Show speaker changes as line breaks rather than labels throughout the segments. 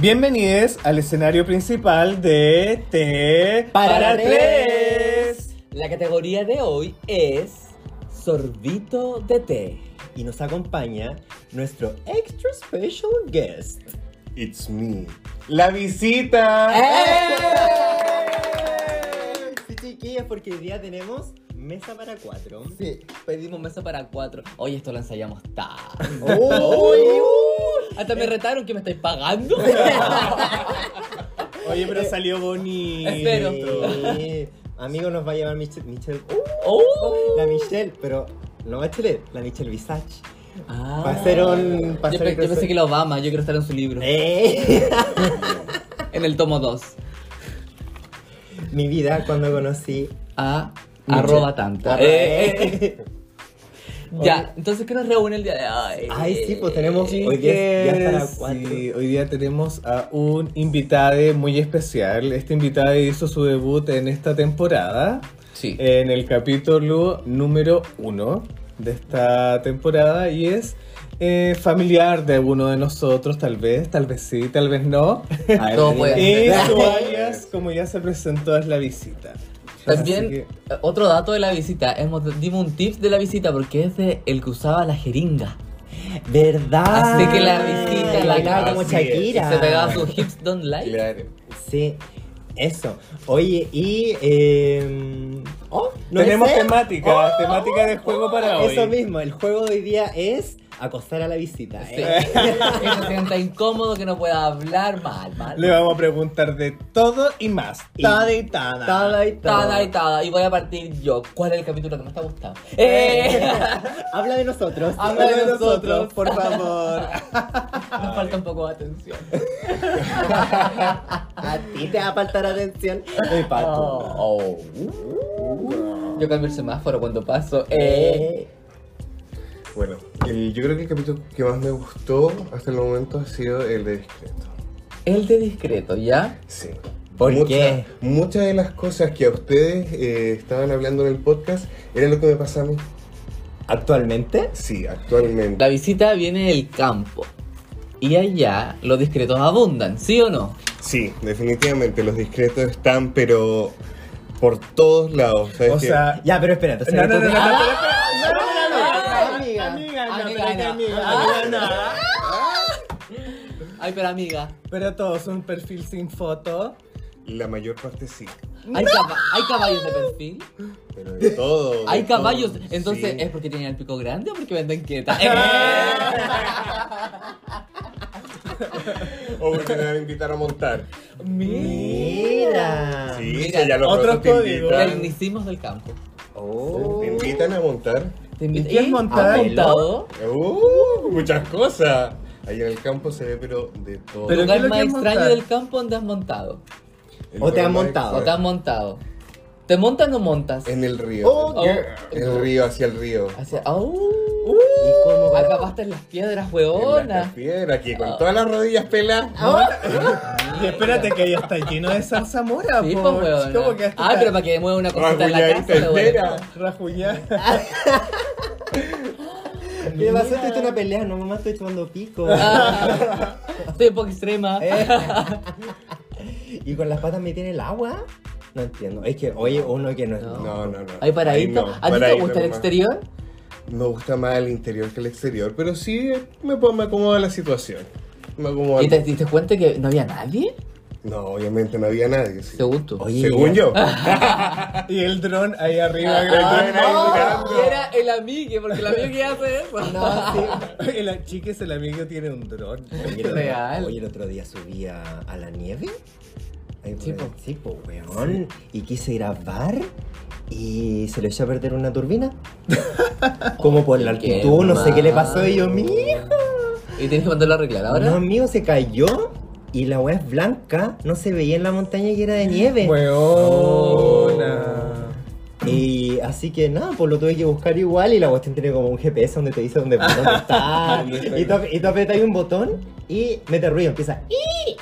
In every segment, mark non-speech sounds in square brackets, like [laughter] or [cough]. Bienvenidos al escenario principal de T para tres.
La categoría de hoy es sorbito de té.
Y nos acompaña nuestro extra special guest.
It's me. La visita.
¡Eh!
¡Eh! Sí, chiquillas, porque hoy día tenemos mesa para cuatro.
Sí, pedimos mesa para cuatro. Oye, esto lo ensayamos tan.
¡Uy! Eh.
Hasta me retaron que me estáis
[laughs]
pagando.
Oye, pero salió bonito.
Espero.
Sí. Amigo nos va a llevar Michelle. Michelle.
Oh.
La Michelle, pero no Bachelet, la
[laughs]
Michelle Visage.
Ah.
Va a ser un. Va a
Yo,
ser
pe- yo pensé que lo Obama, yo quiero estar en su libro.
¡Eh!
En el tomo 2.
Mi vida cuando conocí.
A arroba tanto.
a-
Eh, eh.
Eh.
Ya, entonces ¿qué nos reúne el día de hoy?
Ay, sí, pues tenemos.
Sí,
Hoy día es- ya
que
para cuatro.
sí, hoy día tenemos a un invitado muy especial. Este invitado hizo su debut en esta temporada,
Sí.
[laughs] en el capítulo número uno de esta temporada y es eh, familiar de uno de nosotros, tal vez, tal vez sí, tal vez no.
A ver,
Todo
dime.
puede
Y
ser.
su alias, como ya se presentó, es la visita.
También,
Así que-
eh, otro dato de la visita, hemos, dimos un tip de la visita porque es de el que usaba la jeringa.
¿Verdad?
Así que la visita, la
cara
cara,
como
así es.
Y
Shakira.
se pegaba sus hips don't like.
Claro.
Sí, eso. Oye, y. eh, oh, no
Tenemos
sé. Oh.
temática, temática de juego para hoy.
Eso mismo, el juego de hoy día es acosar a la visita.
Sí.
¿eh?
que se sienta incómodo, que no pueda hablar mal, mal.
Le vamos a preguntar de todo y más.
Tada y tada. Tada y
Tada y tada. Y voy a partir yo. ¿Cuál es el capítulo que más te ha gustado? [laughs] Eh,
Habla de nosotros.
Habla de nosotros, [laughs]
por favor.
nos falta un poco de atención.
a ti te va a faltar atención. de pato.
Oh. Yo cambio el semáforo cuando paso. Eh,
Eh,
Bueno, el- yo creo que el capítulo que más me gustó hasta el momento ha sido el de discreto.
el de discreto, ¿ya?
Sí.
¿Por
Mucha-
qué?
Muchas de las cosas que a ustedes eh, estaban hablando en el podcast era lo que me pasa a mí.
¿Actualmente?
Sí,
La
actualmente.
visita viene del campo. Y allá los discretos abundan, ¿sí o no?
Sí, definitivamente los discretos están, pero por todos lados. ¿sabes
O
qué?
sea,
Ya, pero espérate. o sea,
Ah, no, no, no, no,
entonces-
no,
Ah,
no, no, no, no, no, no, no,
Amiga.
Amiga, no,
Amiga,
pero que
no.
amiga,
Ah.
amiga, no.
Ay, pero amiga.
Pero todos son perfil sin foto.
la mayor parte sí.
Hay, caba- hay caballos de perfil.
Pero de todo. de
[laughs] Hay
Oh,
todo,
caballos. Entonces,
sí.
¿es porque tienen el pico grande o porque venden
[laughs]
quieta? Eh,
O porque me van a invitar a montar.
Mira.
Sí,
Mira,
si ya los
otros
otros te
códigos.
invitan.
Tecnicismos del campo.
Oh.
Te invitan a montar.
¿Te
¿Y qué es montar?
¿Has montado?
Uh, muchas cosas. Ahí en el campo se ve, pero de todo.
Pero-
¿El
¿qué es
lugar
lo
más
que es
extraño
montar?
del campo donde has montado?
El
¿O te han
problema
montado?
es-
¿O te has montado? ¿Te montan o montas?
En el río.
Oh,
En el río, hacia el río.
Hacia... ¡Au!
Uh.
¿Y cómo va?
Acabaste en las piedras,
En
huevona.
las piedras, aquí con todas las rodillas pelas.
Ah,
Y espérate que ahí está lleno de zarzamora,
Sí,
po.
pues, huevona.
¿Cómo quedaste
Ah,
tan
pero para que mueva una cosita en la
Rasguñadita
casa, huevona.
entera.
rajuñada?
¿Qué pasó? Tuviste una pelea, no mamá, estoy tomando pico.
Ah, Estoy un poco extrema.
[laughs] Eh. y con las patas me tiene el agua. No entiendo. Es que, oye, uno que no es.
No.
No, no, no.
¿Hay paraíso?
Ahí no,
oh. ¿A ti te
paraíso
gusta el
nomás.
exterior?
Me gusta más el interior que el exterior, pero sí eh, me, puedo- me acomoda la situación. Me acomoda.
¿Y te diste cuenta que no había nadie?
No, obviamente no había nadie. sí.
Según Ah, tú.
Oye,
Según
[laughs]
yo.
Y el dron ahí
Ah,
arriba
dron ahí
grabando.
Y era el amigue, porque el amigue hace eso. [laughs]
No, sí.
El chiques, el amigo tiene un dron.
Oye, el otro-
Real.
oye, el otro día subí a, a la nieve. Ahí por
Sí,
el-
po.
sí, po, weón. Y quise grabar y se le echó a perder una turbina. [laughs] Como por la
Qué
altitud, no sé qué le pasó. Y yo,
malo.
mijo.
Y tienes que mandarlo a arreglar ahora. [laughs]
No, mío, se cayó y la weá es blanca. No se veía en la montaña que
[laughs]
era de nieve.
Hueona.
Y así que nada, pues lo tuve que buscar igual y la cuestión tiene como un GPS donde te dice dónde, dónde [laughs] está. y, tú, y tú apretas ahí un botón y mete ruido, empieza. [laughs] "Y".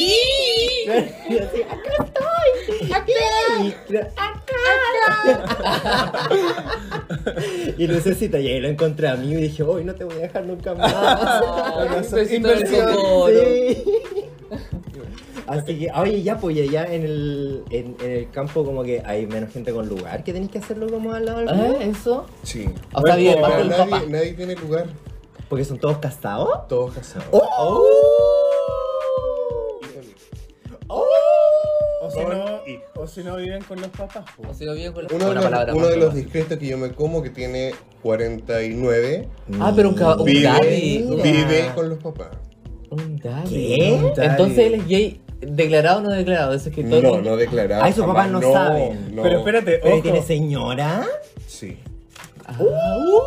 y así, acá estoy. [laughs] Y necesita, y ahí lo encontré a mí y dije, hoy no te voy a dejar nunca más.
inversión.
Sí. Así que, oye, ya, pues ya, ya en el, en, en el campo como que hay menos gente con lugar, que tenéis que hacerlo como al lado del
¿Eh?
río.
¿Eso?
Sí.
O sea, bien,
Pero
bajo el
nadie,
papá.
nadie tiene lugar.
Porque son todos casados.
Todos casados.
¡Oh! ¡Oh!
O si, no, o si no viven con los papás. po.
O si lo bien con la
Uno de
Una
los,
palabra
uno
más,
de los
¿no?
discretos que yo me como que tiene 49
Ah, pero un, ca- un
vive,
daddy.
Mira.
vive con los papás.
Un daddy.
¿Qué?
Un daddy. Entonces él es gay, declarado o no declarado. Eso es que todo.
No, no declarado.
Ah, esos
jamás,
papás no saben.
no.
Pero espérate,
¿Pero
ojo.
tiene señora?
Sí.
Ah.
Uh.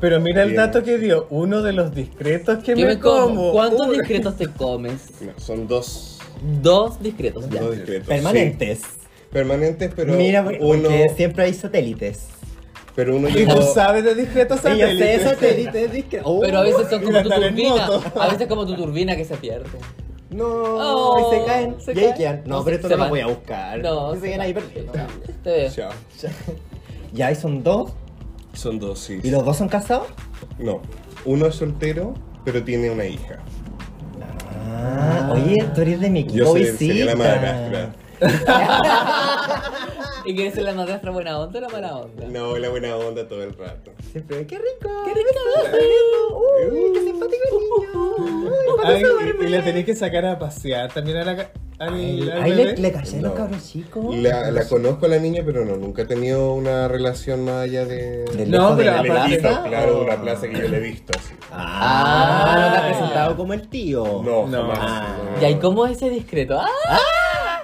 Pero mira el
Bien.
dato que dio. Uno de los discretos que
¿Qué
me como.
¿Cuántos
Uy.
discretos te comes?
No, son dos.
Dos discretos, ya.
Dos discretos.
Permanentes.
Sí, permanentes, pero
Mira, porque
uno.
siempre hay satélites.
Pero uno
Y tú
llegó.
sabes de discretos
Ella sé
satélites. [laughs]
satélites, disque- Oh.
Pero a veces son
Y
[laughs]
como tu
andar en
turbina.
moto.
A veces como tu turbina que se pierde.
No,
Oh,
y se caen.
se
y ahí
caen.
quedan. No,
No, se-
pero esto
se
no lo
van.
voy a buscar.
No.
Que se quedan ahí perdidos.
Te veo.
Chao.
Ya, y son dos.
Son dos, sí.
¿Y los dos son casados?
No. Uno es soltero, pero tiene una hija.
Ah, oye, tú eres de mi equipo.
Yo soy
visita.
sería la madrastra.
¿Y quieres ser la madrastra buena onda o la mala onda?
No, la buena onda todo el rato.
Siempre, qué rico.
¡Qué rica!
Uy, qué simpático el niño. Uy, ¿cuándo
Ay,
se duerme?
y la tenés que sacar a pasear también a la, ca- al,
Ay,
al
Ahí
bebé.
le, le caché a los
No.
cabros chicos.
La, la conozco a la niña, pero no, nunca he tenido una relación más allá de.
¿Del
No,
lejos de
pero
la
del
aparte-
equipo,
plaza? Ah.
claro,
¿O?
de una plaza que yo le he visto así.
Ah, no te
Ah,
has presentado como el tío.
No,
No.
jamás,
Ah.
no.
¿Y ahí cómo es ese discreto? ¡Ah!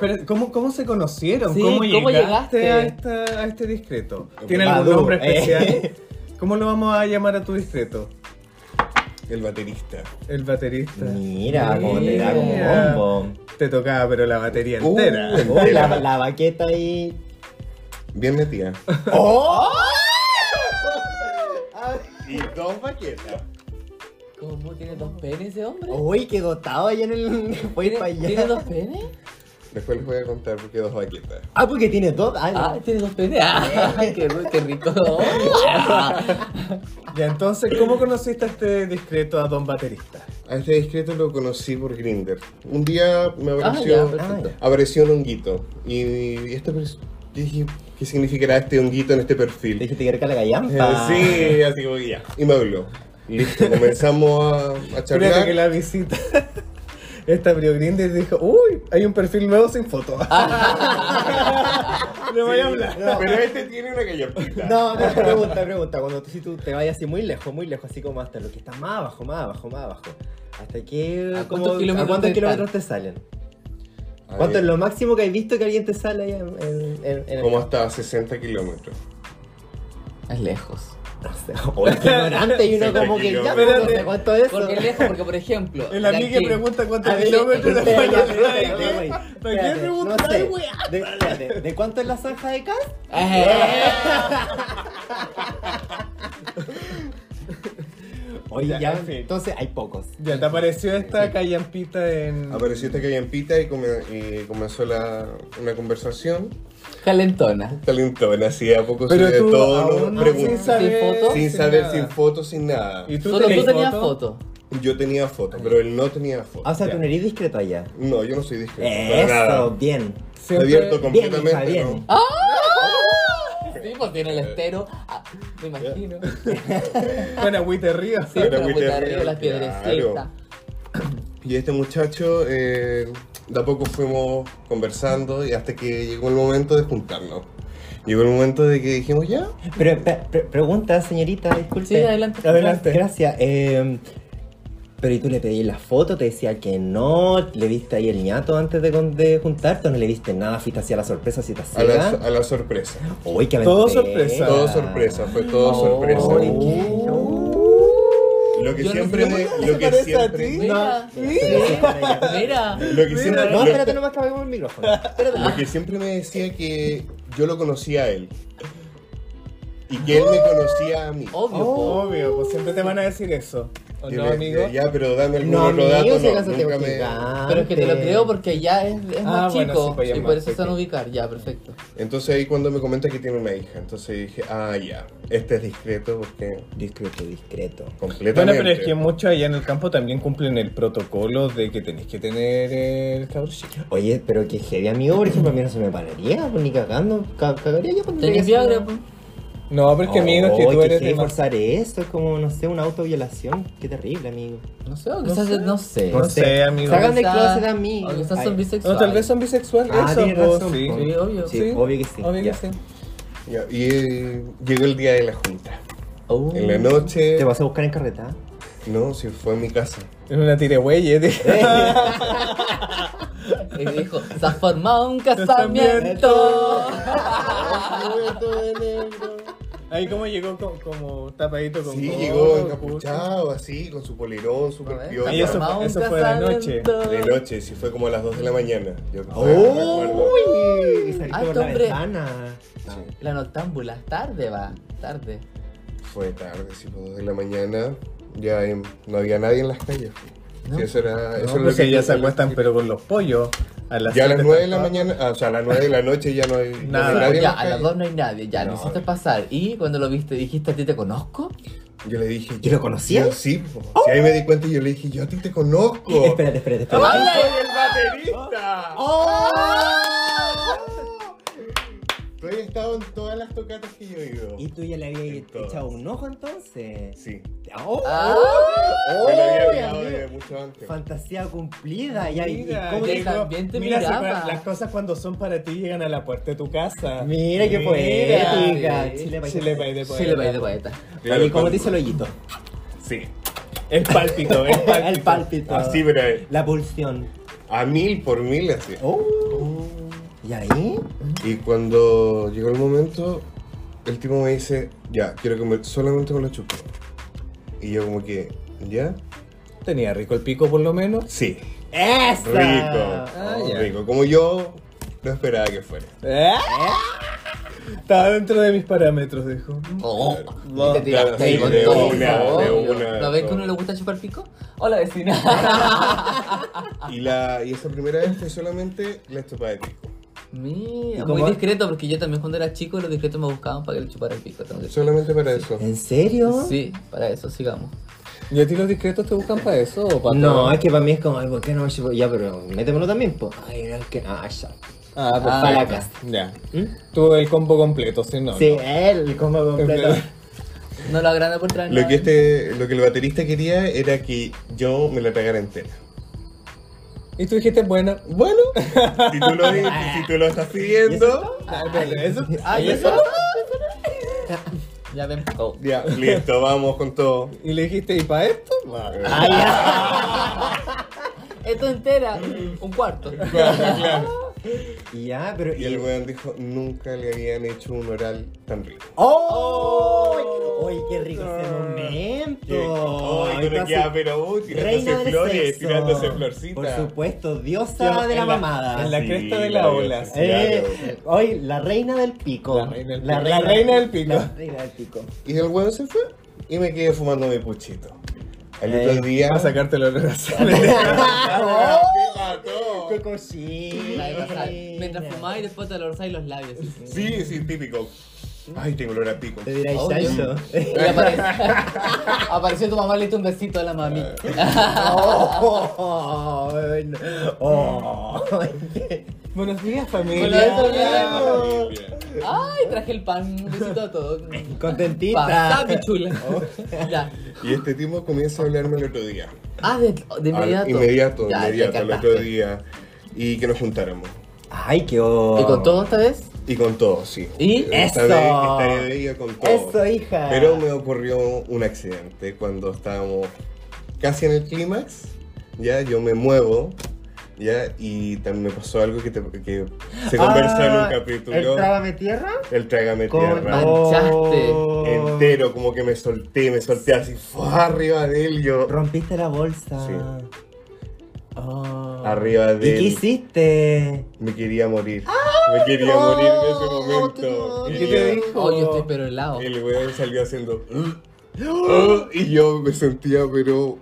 Pero, ¿cómo, ¿Cómo se conocieron?
Sí,
¿Cómo,
¿cómo
llegaste,
llegaste?
a, esta- a este discreto? ¿Tiene algún
Maduro,
nombre especial?
[laughs] eh.
¿Cómo lo vamos a llamar a tu discreto?
El baterista.
El baterista.
Mira, como te da
Mira.
como
[laughs]
bombo.
Te tocaba, pero la batería
Uh,
entera.
Uy, la, la baqueta ahí.
Bien [laughs] metida.
¡Oh!
Y dos baquetas.
¿Cómo tiene dos penes ese hombre?
Uy, qué dotado ahí en el. [laughs] Fue para
¿Tiene, ¿Tiene
allá.
dos penes?
Después les voy a contar por qué dos baquetas.
Ah, porque tiene dos. Ah,
Ah, tiene dos penes.
[laughs]
Ah, qué, ru- qué rico. Ah.
Ya, entonces, ¿cómo conociste a este discreto, a don baterista?
A este discreto lo conocí por Grinder. Un día me
ya,
apareció,
perfecto.
Ah, ya. apareció un honguito. Y, y este pers- yo dije, ¿qué significará este honguito en este
Le
perfil?
dijiste que era la
Eh,
gallampa.
sí, así como que ya. Y me habló. Listo, comenzamos a, a
Fíjate
charlar.
que la visita. [laughs] Esta abrió Grindr y dijo, uy, hay un perfil nuevo sin
[laughs]
foto. Le voy a hablar.
Pero este tiene una gallompita.
No, no, pregunta, pregunta. Cuando tú, si tú te vayas así muy lejos, muy lejos, así como hasta lo que está más abajo, más abajo, más abajo. ¿Hasta qué?
¿A cuántos
como-
kilómetros
¿a cuántos
te
kilómetros te salen?
A
¿Cuánto es
ver,
lo máximo que has visto que alguien te sale ahí en, en, en- en el-
Como hasta 60 kilómetros.
Es lejos.
No sé, [laughs] o es ignorante y uno como que ya pero no sé cuánto es eso.
Porque es lejos, porque por ejemplo.
El amigo que
aquí-
pregunta cuántos
A ver,
kilómetros
espera,
después
ya,
la
espera,
trae.
ya, voy.
¿Para qué
Espérate,
preguntar,
no sé.
weá?
De, espérate, ¿de cuánto es la zanja de acá?
Eh,
Oye,
Ya,
ya,
en fin.
entonces hay pocos.
Ya te apareció esta callampita en.
Apareció este esta gallompita y, come- y comenzó la, una conversación.
Calentona.
Talentona, así a poco
Pero
se de
tú
todo
aún
lo
no sin
preguntas.
saber,
foto?
Sin saber,
nada.
sin fotos, sin nada.
¿Y tú
Solo
tenés
tú tenías
foto?
foto.
Yo tenía foto, pero él no tenía foto.
Ah, o sea,
Ya.
tú no eres discreto allá.
No, yo no soy discreto. para
Eso,
nada.
bien.
Estoy
Siempre-
abierto
Bien, hija,
completamente.
bien. Ah.
¿no?
Sí, pues tiene el
Eh.
estero. Ah, me imagino.
Con agüita río.
Sí,
Era
pero
muy
muy
terrible,
arriba las
claro.
piedrecitas.
Y este muchacho, eh, de a poco fuimos conversando y hasta que llegó el momento de juntarnos. Llegó el momento de que dijimos ya.
Pero pe- pre- pregunta, señorita, disculpe.
Sí, adelante.
Adelante.
Gracias. eh, pero ¿y tú le pedí la foto? ¿Te decía que no? ¿Le viste ahí el ñato antes de, con- de juntarte? ¿O no le viste nada? ¿Fuiste así a la sorpresa si te
A la,
ciega?
a la sorpresa.
Uy, qué
Todo
aventura.
sorpresa.
Todo sorpresa, fue todo
Oh,
sorpresa. Lo que
Yo no
siempre
sé
me.
por
Lo
¿Se
que
parece a
siempre.
ti?
Mira,
Mira.
mira.
Lo que siempre.
No,
lo-
espérate nomás que apagamos el micrófono. Espérate.
Lo que siempre me decía que yo lo conocía a él. Y que él me conocía a mí.
Obvio, po.
Obvio, pues siempre te van a decir eso. ¿O
Y
Oh, no,
me-
amigo?
Ya, pero dame algún
No,
otro dato.
amigo, si
No,
acaso te
nunca me...
equivocas.
Pero es que te lo creo porque ya es, es
Oh, Ah,
más
bueno,
chico
sí, pues ya
y
es
por
más
eso se van a
pequeño.
ubicar. Ya, perfecto.
Entonces ahí cuando me comenta que tiene una hija, entonces dije, ah, ya, este es discreto porque
Discreto, discreto.
Bueno,
completamente.
pero es que muchos allá en el campo también cumplen el protocolo de que tenés que tener el cabroncillo.
Oye, pero que heavy amigo, por ejemplo, a mí no se me pararía, pues ni cagando. ca- cagaría yo cuando
¿Tenés Viagra, po?
No, pero es que amigo, es que tú eres de más-
Oh, forzar esto, es como, no sé, una autoviolación. Qué terrible, amigo.
No sé, o
No
quizás
sé.
no sé.
No sé, amigo.
Sacan de
Quizás-
closet a mí.
O quizás
Ay.
son
No,
bisexuales.
tal vez son bisexuales.
Ah,
eso,
tienes
pues,
razón,
sí.
po.
Sí, obvio.
Sí, obvio que sí.
Obvio
ya.
que sí.
Ya, y eh, llegó el día de la junta.
Oh.
En la noche...
¿Te vas a buscar en carreta?
No, si fue a mi casa.
Es una tirehuelle, dije.
Y dijo, se ha formado un
[laughs]
casamiento.
[laughs] Ahí como llegó co- como tapadito con
Sí,
gorro,
llegó
con-
encapuchado así, con su polerón, súper
Se
piola.
ha
Y eso-
formado un
eso fue de noche.
casamiento.
De noche, si fue como a las 2 de la mañana. Yo
¡Oh!
recuerdo.
Y saliste
Alto
por la
hombre.
ventana.
Sí,
La noctámbula, tarde va, tarde.
fue tarde, si fue 2 de la mañana. Ya eh, no había nadie en las calles.
No.
Sí, eso era, eso
No,
era lo
pues
que
ellas se
yo-
acuestan pero con los pollos. A las
Ya a las
siete
9 de la
están-
mañana, ah, o sea, a las 9 de Ah, la noche ya no hay ya no hay
Nada.
nadie en
pues ya,
las
a las
calles.
dos no hay nadie, ya, lo
No.
hiciste pasar. Y cuando lo viste, dijiste, ¿a ti te conozco?
Yo le dije,
¿Y lo conocías?
yo Sí, po. Sí, ahí me di cuenta y yo le dije, yo a ti te
[laughs]
conozco.
Espérate, espérate, espérate.
soy el baterista!
Oh.
Tú has estado en todas las tocatas que yo he ido.
¿Y tú ya le habías
Entonces.
echado un ojo entonces?
Sí.
¡Oh!
Ah.
Yo le había
¡Oh!
mirado
amigo.
desde mucho antes.
Fantasía cumplida. Ya, ¿y
Mira,
cómo
ya
llegó?
está. también te
mira, si
miraba.
fuera- las cosas cuando son para ti llegan a la puerta de tu casa.
Mira qué poética.
Sí.
Chile, país.
Chile país de
Sí, le
poeta.
de poeta.
Claro,
Oye, ¿cómo
cuando-
te hizo el hoyito?
Sí.
El pálpito, el pálpito.
[laughs] El pálpito.
Así, pero eh,
La pulsión.
a mil por mil así.
Oh. ¿Y ahí?
Y cuando llegó el momento, el tipo me dice, ya, quiero comer solamente con la chupa. Y yo como que, ¿ya?
Tenía rico el pico por lo menos.
Sí.
¡Esa!
Rico.
Ah,
Oh,
ya.
rico. Como yo no esperaba que fuera.
¿Eh?
Estaba dentro de mis parámetros, dijo.
Oh,
No,
y te
claro,
tiraste ahí
sí,
con
de
todo,
una, de
obvio.
una,
¿No ven
todo.
que uno le gusta chupar pico? Hola
[laughs]
vecina.
Y, la, y esa primera vez fue solamente la chupa de pico.
Mira,
¿Y
muy
cómo-
discreto, porque yo también cuando era chico los discretos me buscaban para que le chupara el pico. tengo que decir.
Solamente para eso.
¿En serio?
Sí, para eso, sigamos.
¿Y a ti los discretos te buscan para eso o para
No,
todo?
es que para mí es como, ay, ¿por qué no me llevo? Ya, pero métemelo también, po. Ay, no, es que. Ah, ya.
Ah, pues
Ah,
para
ya.
la casa. Ya. Tú el combo completo, si no.
sí,
no.
él, como completo.
No lo agranda por traer
Lo
nada.
que, este, lo que el baterista quería era que yo me la pegara entera.
Y tú dijiste, bueno, bueno. [laughs]
Si tú lo, si tú lo
[laughs]
estás pidiendo,
Ah, pero eso.
Ah,
¿y
¿y eso? Ya ven. Oh.
ya, listo, vamos con todo.
Y le dijiste, ¿y para
[laughs]
esto? [laughs]
Ay, ya.
Esto entera, un cuarto.
Claro, claro.
Y ya, pero.
Y el weón dijo, nunca le habían hecho un oral tan rico.
¡Oh! ¡Ay, qué rico ese
Y yo,
momento!
Ay, pero
Casi
ya, pero uy,
Reina
tirándose
del
flores,
sexo.
tirándose florcita.
Por supuesto,
En
diosa
la-
de la
en la-
mamada.
en la
Sí,
cresta de
la
la
veo,
ola.
sí.
Eh, hoy, la reina del pico.
La reina del pico. La reina del pico.
La reina del pico.
Y el weón se fue y me quedé fumando mi puchito. Al
Eh,
otro día.
Para sacarte los brazos.
Ah,
La
¡Qué
de
cosita!
pasar. Mientras fumaba y después te rozáis los labios.
Sí, sí, típico. Ay, tengo olor a pico.
Te dirá
Obvio. [laughs]
Isayo.
Y apareció, apareció tu mamá, le hizo un besito a la
[laughs]
mami.
¡Oh! bueno. ¡Oh!
Buenos días,
Bueno, eso
familia.
mismo. Ay, traje el pan, un besito a todos. Pasá,
¡Contentita!
mi chula. Ya.
Y este tipo comienza a hablarme el otro día.
Ah, de, de
Al-
inmediato.
Inmediato,
Ya, te
inmediato, el otro
encantaste.
día. Y que nos juntáramos.
¡Ay, qué oh!
¿Y con todo esta vez?
Y con todo, sí.
¿Y?
Esta
¡Eso!
vez estaré de ella con todo.
¡Eso, hija!
Pero me ocurrió un accidente cuando estábamos casi en el clímax. Ya, yo me muevo. Ya, y también me pasó algo que, te- que se conversó en
Ah,
un capítulo.
¿El trágame tierra?
El trágame
Con-
tierra.
Manchaste.
Entero, como que me solté, me solté así, fue arriba de él, yo.
Rompiste la bolsa.
Sí.
Oh.
Arriba
Ah.
¿Y
de
qué
él.
hiciste?
Me quería morir. Me quería morir en ese
no,
momento.
¿Y
Y
qué te
ya,
dijo?
Oh, yo estoy pero helado.
El weón
[gasps]
salió haciendo. "Ah", Y yo me sentía, pero.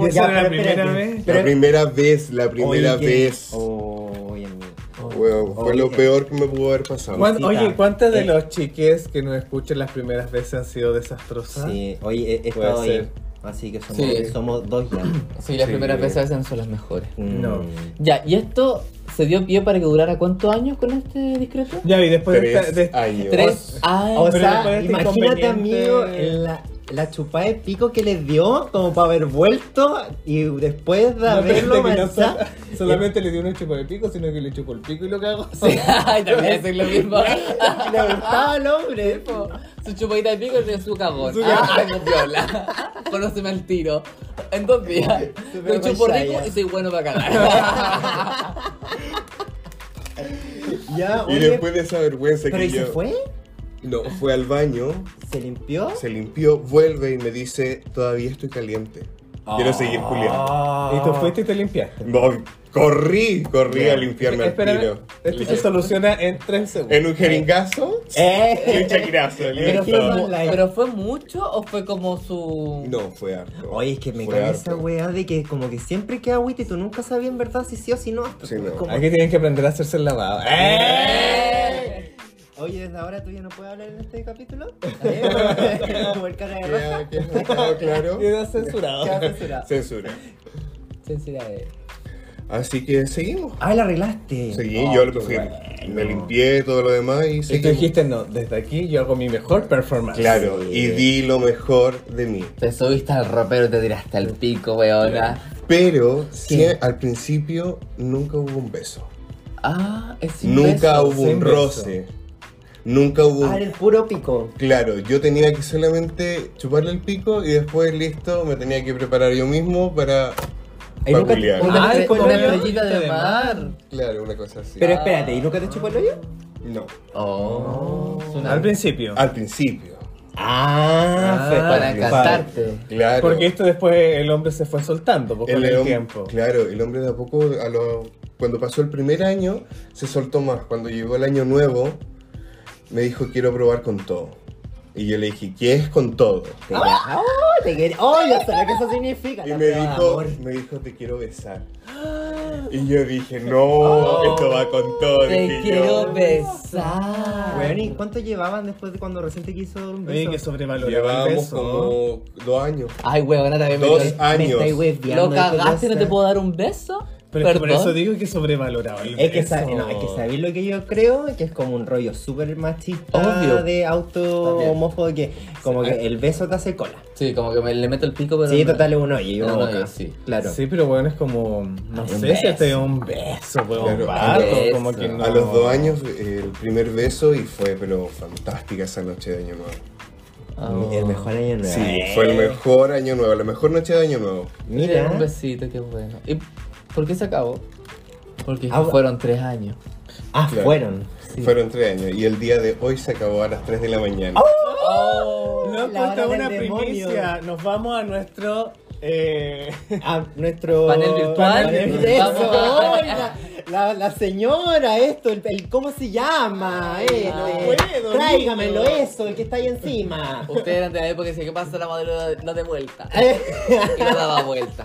¿Y esa
Ya,
era la
pero espérate.
primera vez?
Pero-
La primera vez, la primera
Oye,
vez.
Oye, amigo.
Weón, fue lo
Oye.
peor que me pudo haber pasado.
¿Cuán- oye, ¿cuántas de
Eh.
los chiques que nos escuchan las primeras veces han sido desastrosas?
Sí, oye, he, he
Puede
estado ahí.
ser.
Así que somos,
Sí.
somos dos ya.
Sí, las
Sí.
primeras veces a veces no son las mejores.
Mm.
No.
Ya, ¿y esto se dio pie para que durara cuántos años con este discreto?
Ya, y después de, esta-
Tres
de-
años.
Tres años.
O
Pero después de
sea,
este
imagínate,
inconveniente-
amigo, la, la chupada de pico que les dio como para haber vuelto y después de
no, espérate,
haberlo
que no
mansa-
sol- solamente le dio un chupo de pico, sino que le chupó el pico y lo cagó.
[laughs] Sí, ay, también es lo mismo.
[laughs] Le gustaba al hombre.
Su chupadita de pico y su cagón.
Su
Ah, tengo piola. Conóceme al tiro. En dos días.
Súper
Soy chupo rico
guayaya.
y soy bueno para cagar.
Ya,
Y
ah, oye,
después de esa vergüenza
pero
que
¿y se
yo.
fue?
No, fue al baño,
¿Se limpió?
se limpió, vuelve y me dice: Todavía estoy caliente.
Ah.
Quiero seguir Julián.
Y tú fuiste y te limpiaste.
No, corrí, corrí a limpiarme el
Espérame,
tiro.
esto se soluciona en tres segundos.
En un jeringazo y
¡Eh!
un chacrazo.
Pero fue
listo.
como- Online.
¿Pero fue mucho o fue como su.?
No, fue harto.
Oye, es que me
Fue
cae
harto.
esa weá de que como que siempre queda agüita y tú nunca sabías en verdad si sí o si no. Pues
Sí, no.
Como-
Aquí tienen que aprender a hacerse el lavado.
¡Eh!
Oye, desde ahora tú ya no puedes hablar en este capítulo. [laughs] ¿Eh? Como el cara de roja.
¿Queda, queda claro?
Queda censurado.
Queda censurado.
Censura.
Sinceridad.
Así que seguimos.
Ah, la arreglaste.
Seguí,
Oh,
yo lo
qué
que fui,
bueno.
me limpié todo lo demás y
Y tú
seguimos.
dijiste, no, desde aquí yo hago mi mejor performance.
Claro,
Sí.
y di lo mejor de mí.
Te subiste al ropero y te tiraste al pico, weona.
Pero sí, al principio nunca hubo un beso.
Ah, es sin beso.
Nunca hubo un
sin beso.
roce. Nunca hubo
Ah,
un...
era el puro pico.
Claro, yo tenía que solamente chuparle el pico y después listo, me tenía que preparar yo mismo para...
Ahí
para
nunca-
culiar.
nunca-
Una,
Ah,
estre-
con
una
el-
estrellita de
de
mar.
Claro, una cosa así.
Pero espérate, ¿y nunca te chupó el hoyo?
No,
Oh.
Al principio.
al principio.
Ah,
fue-
Para
Vale.
cantarte.
Claro.
Porque esto después el hombre se fue soltando po, con el,
hom-
tiempo.
Claro, el hombre de a poco, a lo- cuando pasó el primer año, se soltó más. Cuando llegó el año nuevo, me dijo, quiero probar con todo. Y yo le dije, ¿qué es con todo?
Te quería- ¡Oh! Te quería- ¡Oh! Ya sé lo que eso significa.
Ah. Y
la
me
prueba de
dijo,
amor.
me dijo, te quiero besar. [gasps] Y yo dije, no,
Oh.
esto va con todo.
Te
dije
quiero
yo.
besar.
Bueno, ¿y cuánto llevaban después de cuando recién te quiso dar un beso?
Oye, que sobrevaloraba el
Llevábamos
beso.
como dos años.
Ay, weona, también
Dos
me
años.
Me estáis hueviando,
Lo cagaste y no te
¿cómo
puedo dar un beso.
Pero es que por
Perdón.
eso digo que sobrevaloraba el
está? es que,
beso.
sabe- no, es que sabéis lo que yo creo, que es como un rollo súper machista
Obvio.
de auto
También. ah.
homófobo que como que el beso te hace cola.
Sí, como que me le meto el pico, pero.
sí,
no.
total es un hoyo y una
No, no,
boca.
sí.
Claro.
Sí, pero bueno, es como. No
Un
sé si
beso.
este es un beso, pues,
Claro,
un
un
vato,
beso.
como que no.
A los dos años, eh, el primer beso y fue, pero fantástica esa noche de año nuevo.
Oh.
El mejor año nuevo.
Sí, fue el mejor año nuevo, la mejor noche de año nuevo.
Mira.
Un besito, qué bueno. ¿Y por qué se acabó? Porque
Ah,
fueron tres años.
Ah,
Claro.
fueron.
Sí.
Fueron tres años y el día de hoy se acabó a las 3 de la mañana.
Oh.
No,
Oh, La hora
esta es
del
una
demonio.
primicia. Nos vamos a nuestro. Eh... [laughs]
a Ah, nuestro
Panel virtual.
Panel
Panel
virtual.
virtual.
Eso, oiga, la, la señora, esto, el, el- cómo se llama, eh,
no
eh,
puedo,
tráigamelo
niño.
eso, el que está ahí encima.
[laughs]
Ustedes eran de la época que decía, ¿qué pasa? La madre no- no de [laughs] vuelta.
Eh,
Y no daba vuelta.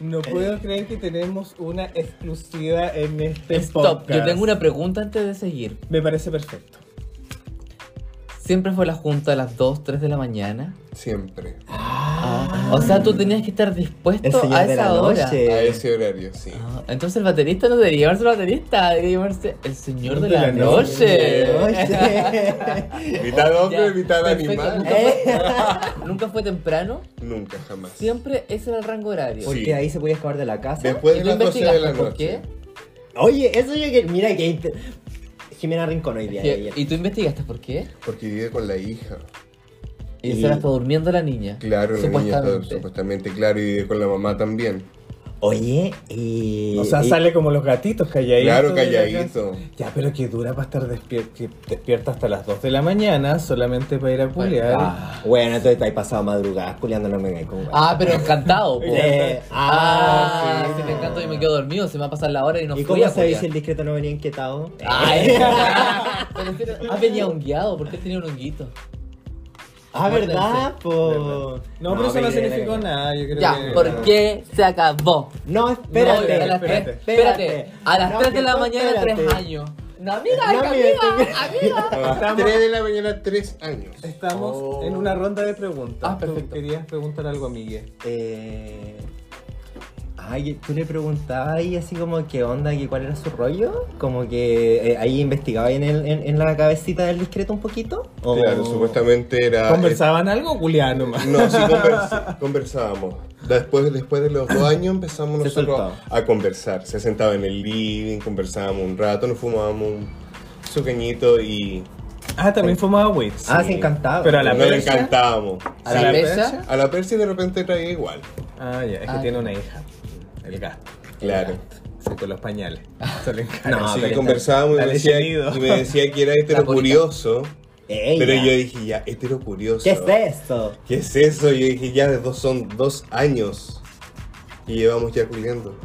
No puedo creer que tenemos una exclusiva en este
Stop.
podcast.
Yo tengo una pregunta antes de seguir.
Me parece perfecto.
Siempre fue la junta a las 2, 3 de la mañana.
Siempre.
O sea, tú tenías que estar
el
dispuesto
señor
a
de la
esa hora.
noche.
A ese horario, sí.
Eh. Ah, Entonces el baterista no debería llamarse baterista, debería llamarse el señor de la noche. [laughs]
Noche.
Mitad hombre,
Ya,
mitad
perfecto.
animal.
Nunca fue, nunca fue temprano,
Nunca, jamás.
siempre ese era el rango horario.
Porque
Sí.
ahí se podía escapar de la casa.
Después
¿Y
de
tú
las 12 de la
investigaste por
noche.
qué?
Oye, eso yo que mira que inter- Jimena Rincón hoy día.
¿Qué-
ayer.
¿Y tú investigaste por qué?
Porque vive con la hija.
Y
Y-
se la está durmiendo la niña.
Claro, la niña está
supuestamente.
supuestamente, claro, y vive con la mamá también.
Oye, eh, y.
O sea,
y-
sale como los gatitos calladitos.
Claro,
de la
calladito.
casa. Ya, pero que dura para estar despier- que despierta hasta las 2 de la mañana solamente para ir a culiar.
Ah, bueno, entonces estáis pasado madrugadas culiando, no me vengáis con.
Ah, pero encantado. po.
Eh,
Ah,
ah,
si me encanto y me
sí.
quedo dormido, se me va a pasar la hora y no
¿Y
fui
cómo
a
sabéis
culiar. [laughs]
si el discreto no venía inquietado?
Ay, pero tiene- ah, venía hongueado, ¿por qué tenía un honguito?
Ah,
Acuérdense.
¿verdad? Po?
No, pero eso
pero
no
ya,
significó
ya, ya.
nada, yo creo
Ya,
que...
¿por qué se acabó?
No,
No,
espérate.
a las
espérate,
3, espérate. A las
No,
3 de la
que-
mañana,
espérate.
3 años. No, amiga,
No,
amiga,
mira,
amiga,
A
amiga.
las
Estamos-
3 de la mañana, 3 años.
Estamos
Oh.
en una ronda de preguntas.
Ah,
Tú
perfecto.
querías preguntar algo a Miguel.
Eh, Ay, tú le preguntabas ahí así como qué onda, que cuál era su rollo, como que eh, ahí investigaba en, el, en, en la cabecita del discreto un poquito. ¿O-
Oh,
Oh.
Claro, supuestamente era.
¿Conversaban algo, Julián, nomás?
No, sí [laughs] convers- conversábamos. Después, después de los dos años empezamos
Se
nosotros
soltaba.
a conversar. Se sentaba en el living, conversábamos un rato, nos fumábamos un su cañito y
Ah, también fumaba weed.
Ah,
Sí.
se encantaba.
Pero a la
nos
persa?
encantábamos.
A la
Sí.
mesa.
A la Percy de repente traía igual.
Ah, ya, es que
Ah,
tiene
ya.
una hija. El gato.
Claro.
Sí, con los pañales. Se le encarga.
No, pero
Así que
está-
Ah, conversábamos y
está
me, decía,
decidido.
y me decía que era heterocurioso.
Ella.
Pero yo dije, ya, este heterocurioso.
¿Qué es esto?
¿Qué es eso? Yo dije, ya, de dos, son dos años. Y llevamos ya culiando.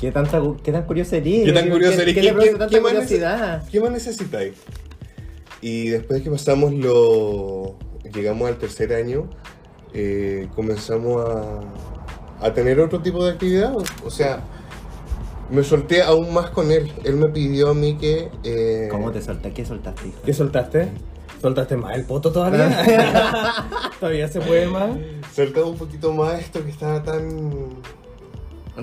¿Qué, tanta, cu- ¿Qué tan curioso eres?
¿Qué tan curioso
¿Qué,
eres?
qué
¿Qué-
te produce
qué-
tanta
qué más
curiosidad?
¿Qué más necesitáis? Y después que pasamos lo... Llegamos al tercer año, eh, comenzamos a, a tener otro tipo de actividad. O sea, me solté aún más con él. Él me pidió a mí que... eh,
¿Cómo te soltaste? ¿Qué soltaste? hijo?
¿Qué soltaste? ¿Soltaste más el poto todavía? [laughs] ¿Todavía se puede más?
soltar un poquito más esto que estaba tan... digamos,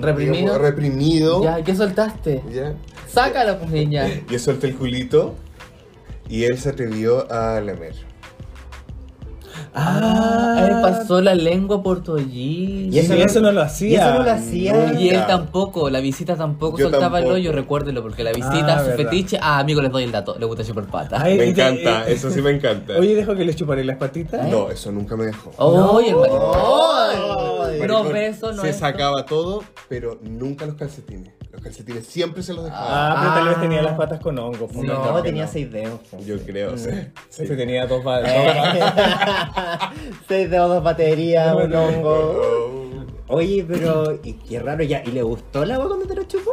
Reprimido.
reprimido.
Ya, ¿qué soltaste?
ya.
Sácalo, pues niña.
Yo solté el culito y él se atrevió a lamer.
Ah, él pasó la lengua por tu allí.
Y eso,
Sí.
eso no lo hacía.
Y eso no lo hacía.
Nunca.
Y él tampoco, la visita tampoco
Yo
soltaba
tampoco.
el hoyo, recuérdenlo, porque la
Ah,
visita, su
verdad.
fetiche. Ah, amigo, les doy el dato, le gusta chupar pata.
Ay,
Me
y-
encanta,
y-
eso sí me encanta.
[laughs] Oye, ¿dejo que le chuparé las patitas?
No, eso nunca me dejó.
¡Oh, el
Ay,
maricón! No
Maricón,
beso, no
Se
esto.
sacaba todo, pero nunca los calcetines. Los calcetines siempre se los dejaba.
Ah, pero tal vez
Ah.
tenía las patas con hongo. fue un
No,
hongo que
tenía
no.
seis dedos. po. Eh.
Yo creo, o sea, sí.
Sí, tenía dos patas.
[laughs] seis dedos, dos baterías, un
Bueno.
hongo.
Oh,
Oye, pero y qué raro ya. ¿Y le gustó el agua cuando te lo chupó?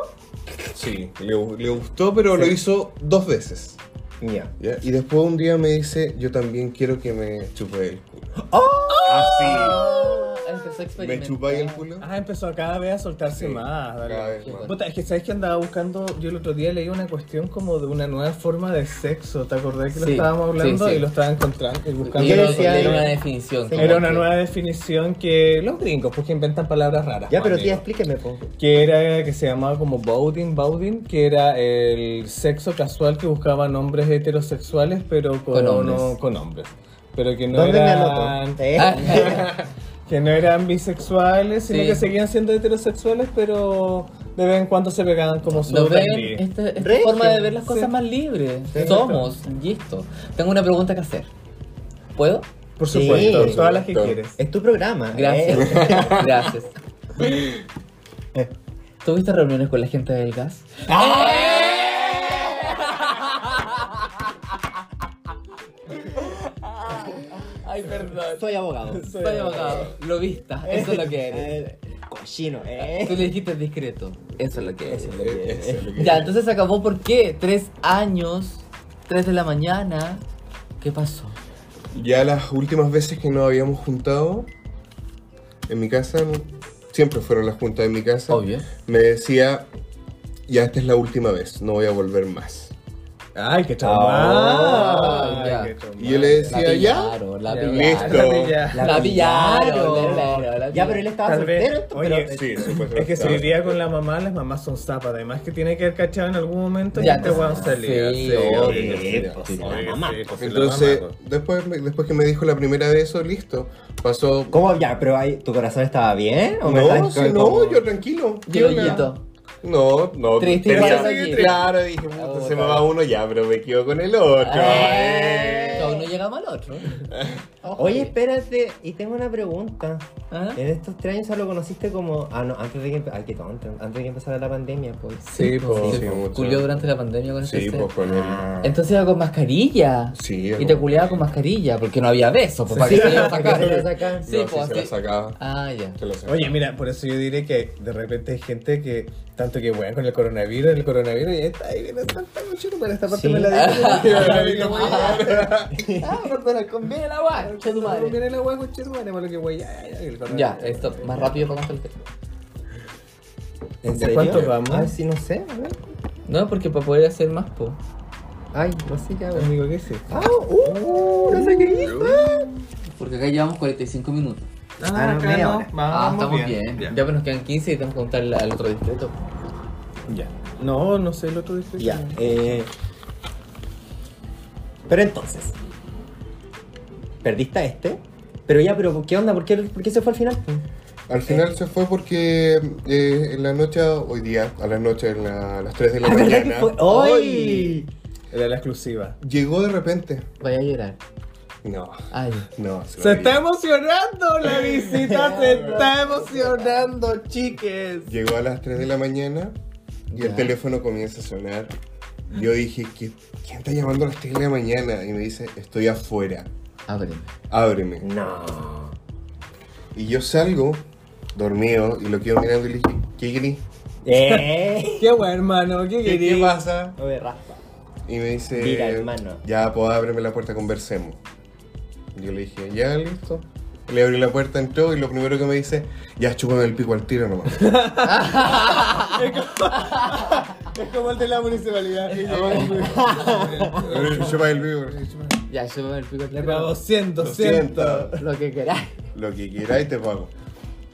sí, le, gu- le gustó, pero lo hizo dos veces.
Ya.
¿ya? Y después un día me dice, yo también quiero que me chupe el culo. Ah,
Empezó a
¿Me
experimentar.
chupáis el culo?
Ah, empezó a cada vez a soltarse
Sí,
más. dale.
cada vez más.
Puta, es que sabes que andaba buscando. Yo el otro día leí una cuestión como de una nueva forma de sexo. ¿Te acordás que lo
Sí,
estábamos hablando
sí, sí.
y lo estaba encontrando y buscando?
Y
¿Qué
yo
lo
decía
leí
encontré.
ahí?
una definición. como
Era una
que-
nueva definición que los gringos, pues que inventan palabras raras.
Ya, pero
amigo.
tía, explíqueme, po.
Que era, que se llamaba como bowding, bowding, que era el sexo casual que buscaban hombres heterosexuales, pero con,
Con hombres.
no- con hombres. Pero que no
¿Dónde me
eran,
anoto? Eh,
Ah,
[laughs]
[laughs]
que no eran bisexuales, sino
Sí.
que seguían siendo heterosexuales, pero de vez en cuando se pegaban como su
Nos ven
dandy.
esta, esta
Regio.
forma de ver las cosas
Sí.
más libres.
Sí.
Somos, y esto. Tengo una pregunta que hacer. ¿Puedo?
Por
Sí.
supuesto,
Por
todas las que
supuesto.
quieres.
Es tu programa.
Gracias.
eh.
[laughs] Gracias. ¿Tuviste reuniones con la gente del gas? Ay, perdón.
[laughs] Soy abogado.
Soy abogado. Lo vista, eso es lo que eres.
Eh, Cochino,
Tú [laughs]
eh.
le dijiste discreto. Eso es lo que eres.
Eso es lo que-
Ya, entonces se acabó por qué? Tres años, tres de la mañana. ¿Qué pasó?
Ya las últimas veces que nos habíamos juntado en mi casa, siempre fueron las juntas en mi casa.
Obvio.
Me decía, ya esta es la última vez, no voy a volver más.
Ay, qué trauma.
Ah, ya.
Y yo le decía, ya,
pillaron, la
Ya,
pillaron.
listo.
La pillaron, la pillaron, la
Ya, pero él estaba
Tal vez-
soltero, esto,
oye,
pero.
sí, supuestamente.
Es que si vivía con la mamá, las mamás son zapas. Además que tiene que haber cachado en algún momento este
Ya,
y te
pues,
van a salir.
sí,
obvio,
obvio,
sí,
pues,
sí,
la
obvio,
mamá.
sí, pues, sí, la
Entonces,
mamá, pues.
después, me- después que me dijo la primera vez eso, listo. Pasó...
¿Cómo ya? ¿Pero ahí tu corazón estaba bien?
Oh,
¿O me
No,
estás-
sí,
como-
no, yo tranquilo.
Criollito.
No, no.
Triste
tenía-
igual, así que-
claro, dije, puta,
Ah,
se me
bueno.
va uno ya, pero me quedo con el otro.
Ah,
eh.
no, no llegamos al [laughs] otro. Ojo.
Oye, espérate, y tengo una pregunta.
¿Ah?
En estos tres años lo conociste como. Ah, no, antes de que, empe- ay, qué tonto, antes de que empezara la pandemia, pues.
Sí, po.
Se
sí, mucho.
culió durante la pandemia con
Sí,
ese
pues
set.
con el.
Entonces iba con mascarilla.
Sí,
ah. Y te culeaba con mascarilla, porque no había besos, pues para que se la sacara.
[laughs]
acá.
Sí,
No,
pues,
se la
así.
sacaba.
Ah, ya.
se la sacaba.
pues. Oye, mira, por eso yo diré que de repente hay gente que tanto que weón con el coronavirus, el coronavirus, y ahí está, ahí viene tanta chico, pero esta parte
Sí.
me la digo.
[laughs]
Ah,
[laughs] Ah, perdona, conviene la weá,
Concha tu madre.
Conviene la weá, concha tu madre, malo que weá, ya, ya, ya, el coronavirus.
Ya, esto, más rápido para contar el tema.
¿En
¿De
serio?
cuánto vamos?
Ah, sí, no sé, a ver.
No, porque para poder hacer más, po.
Ay, no sé qué hago.
Amigo, ¿qué es esto?
Ah, uh, no sé qué hice.
Porque acá llevamos 45 minutos.
Ah, no, media hora.
Ah, estamos bien. Ya, pues nos quedan 15 y tenemos que contar al- al otro distrito.
Ya. No, no sé el otro distrito.
Ya, eh. Pero entonces. Perdiste a este. Pero ya, pero ¿qué onda? ¿Por qué, por qué se fue al final?
eh.
Al final se fue porque eh, en la noche, hoy día, a la noche, en la- a las 3
[laughs]
de la
La verdad que
mañana,
oh.
fue. ¡Hoy!
Era la exclusiva.
llegó de repente.
Vaya a llorar.
No,
Ay.
no. lo
Se está
digo.
emocionando la visita, se está emocionando, chiques.
Llegó a las 3 de la mañana y el
Ya.
teléfono comienza a sonar. Yo dije, "¿Qui- ¿quién está llamando a las 3 de la mañana? Y me dice, estoy afuera,
Ábreme.
ábreme.
No.
Y yo salgo, dormido, y lo quedo mirando y le dije, ¿qué querís?
[laughs]
¡Eh!
Qué bueno, hermano, qué
¿Qué, qué
querés.
pasa?
Oye, raspa.
Y me dice,
Mira, hermano.
ya, pues ábreme la puerta, conversemos. Yo le dije, ya, listo. Le abrí la puerta, entró y lo primero que me dice, ya chúpame el pico al tiro nomás.
Es como el de la municipalidad.
chúpame el pico. chúpame.
Ya, yo me pico
Le
al
pago 100, 200.
200.
Lo que queráis.
Lo que queráis te pago.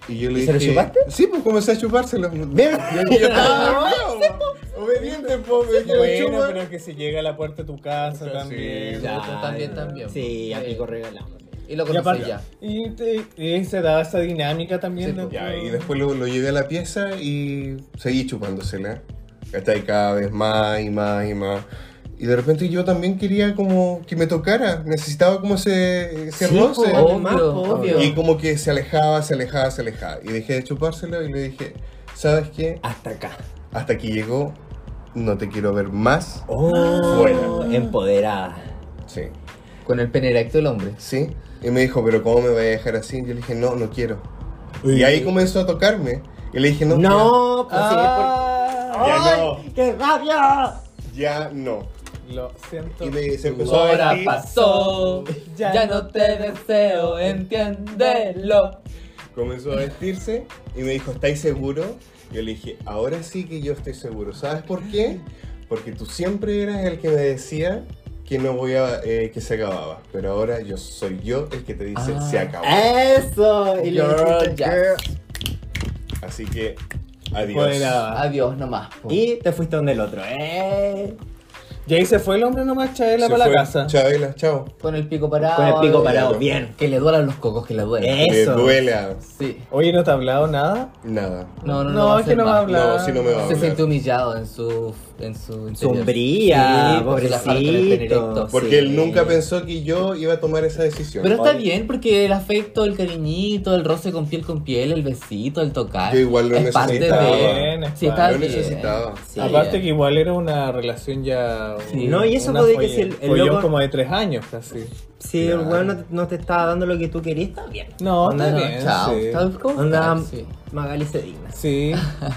Y yo le
¿Y se
dije.
lo chupaste?
Sí, pues comencé a chupárselo. Bien. Yo,
[laughs]
yo estaba dormido,
pues.
po. Obediente, po. Me dije,
Bueno,
chupa.
pero que se llega a la puerta de tu casa también.
Ya, también, también.
Sí, a
Sí.
pico regalado.
Y lo
Y
conocí
aparte-
ya.
y te- y se daba esa dinámica también.
Sí,
¿no?
pues, Ya, y después lo, lo llevé a la pieza y seguí chupándosela. Hasta ahí cada vez más y más y más. Y de repente yo también quería como que me tocara. Necesitaba como ese, ese
Sí,
roce.
po,
Obvio,
más, po, obvio.
Y como que se alejaba, se alejaba, se alejaba. Y dejé de chupárselo y le dije, ¿sabes qué?
Hasta acá.
Hasta aquí llegó. No te quiero ver más.
Oh,
Buena.
empoderada.
Sí.
Con el pene erecto del hombre.
¿sí? Y me dijo, pero ¿cómo me voy a dejar así? Y yo le dije, no, no quiero. Y ahí comenzó a tocarme. Y le dije, no,
No, pues
Ah,
Ya
sí, es por- ¡Ay, ¡Qué rabia!
ya, ya no.
lo siento.
Y me, se
Tu
empezó a
hora
vestir,
pasó,
Ya
ya no te deseo, entiéndelo.
comenzó a vestirse y me dijo, ¿estáis seguro? Yo le dije, ahora sí que yo estoy seguro. ¿Sabes por qué? Porque tú siempre eras el que me decía que no voy a, eh, que se acababa. Pero ahora yo soy yo el que te dice,
Ah.
se acabó.
Eh. ¡Eso! Y le
Girl,
dijiste,
ya.
girl.
Así que, adiós.
Empoderada.
Adiós nomás. po.
Y te fuiste donde el otro. ¡Eh!
Y ahí se fue el hombre nomás, Chabela,
Se
para la
fue.
casa.
Chabela, chao.
Con el pico parado.
Con el pico
eh,
parado,
claro.
bien.
Que le duelan los cocos, que le duelen.
Eh.
Me
Eso.
duela.
Sí.
Oye, ¿no te ha hablado nada?
Nada.
No, no, no.
No,
va a
es que
ser
no me
más.
habla. Claro.
No, si no me va a
Se
hablar.
siente humillado en su. En su interior.
Sombría,
Sí, porque la falta del pene
pobrecito.
erecto,
Porque
sí.
él nunca pensó que yo iba a tomar esa decisión.
Pero está
Oye.
bien, porque el afecto, el cariñito, el roce con piel con piel, el besito, el tocar.
Yo igual lo
es parte
necesitaba.
de-
Bien,
Sí,
es
está
lo
bien.
necesitaba.
Sí.
Aparte que igual era una relación ya.
Sí.
una-
No,
y eso
una
puede que
folle-
si el- el
follón
loco-
como de tres años casi.
Si el weón no, te- no te estaba dando lo que tú querías, está bien.
No,
Onda,
está
no,
bien,
chao.
sí.
Está- ¿cómo
Onda,
está? Sí.
Magali se digna.
Sí.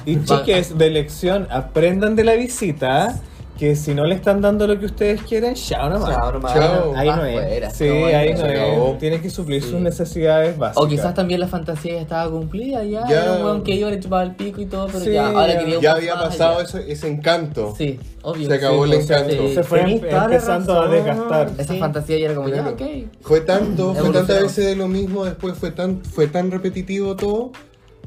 Y chiques, de lección, aprendan de la visita que si no le están dando lo que ustedes quieren, chao nomás.
Chao, nomás.
Chao.
Ahí no es.
Afuera,
Sí,
no,
ahí
se
no
acabó.
es. Tienen que suplir
Sí.
sus necesidades básicas.
O quizás también la fantasía ya estaba cumplida, ya.
Ya.
Era un weón que iba, le chupaba el pico y todo, pero
Sí,
ya. Ahora
ya.
quería un
Ya
más
había
allá.
pasado ese, ese encanto.
Sí, obvio.
Se acabó
Sí,
el
o sea,
encanto.
sí.
se fue
Tenís
em-
toda la
empezando a
razón.
desgastar.
Esa
Sí.
fantasía ya era como, ya,
Claro.
ok.
Fue tanto, fue
Evolucionó.
tantas veces de lo mismo, después fue tan, fue tan repetitivo todo,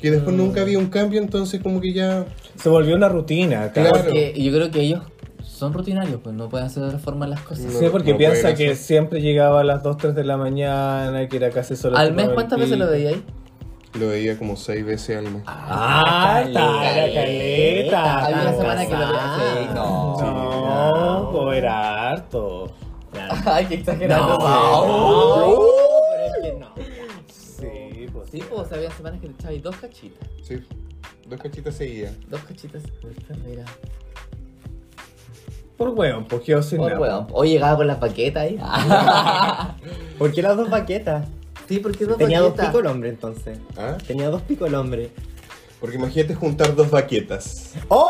que después
Mm.
nunca había un cambio, entonces como que ya...
Se volvió una rutina, claro.
Claro.
Porque yo creo que ellos son rutinarios, pues no pueden hacer de otra forma las cosas.
No,
Sí, porque
no
piensa
pueden
que
hacer.
siempre llegaba a las 2, 3 de la mañana, que era casi solo...
Al
chupaba
mes,
el
¿cuántas veces lo
pico.
veía ahí?
Lo veía como seis veces al mes.
Ah, está la caleta.
Había una
no.
semana que lo veía. sí, no.
No, pues era harto.
Claro.
[laughs] Ay, qué exagerado.
Pero es que no.
Sí, pues.
Sí, pues había semanas que le echabais dos cachitas.
Sí, dos cachitas seguidas.
Dos cachitas. Mira.
Por hueón, pues yo sin
Oh,
nada.
weón. Hoy llegaba con las paquetas ahí.
¿Por qué las dos baquetas?
[laughs] sí, porque dos
Tenía dos
paquetas.
picos el hombre entonces.
¿Ah?
Tenía dos picos el hombre.
Porque imagínate juntar dos baquetas.
¡Oh!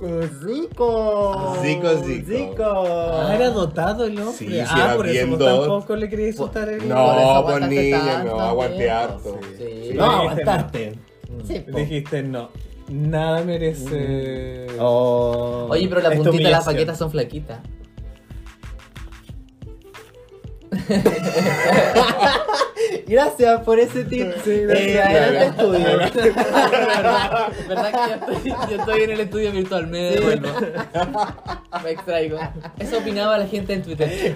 Oh,
¡Zico!
Zico, zico.
Ah, era dotado el hombre.
Sí, sí,
ah,
era
por eso
bien
vos
dot.
tampoco le quería insultar el
No,
Por eso
pues,
aguantaste
niña,
tanto
no, aguanté
tiempo.
harto.
Sí. pues,
Sí.
No,
No,
aguantaste.
Sí, po.
Dijiste no. Nada merece.
Oh.
Oye, pero la
Esta
puntita de las
humillación.
paquetas son [laughs] flaquitas.
Gracias por ese tip.
Sí, gracias.
Eh,
[laughs]
adelante estudio.
¿Verdad verdad que yo estoy, yo estoy en el estudio virtual? Me [laughs] devuelvo. Me extraigo. Eso opinaba la gente en Twitter.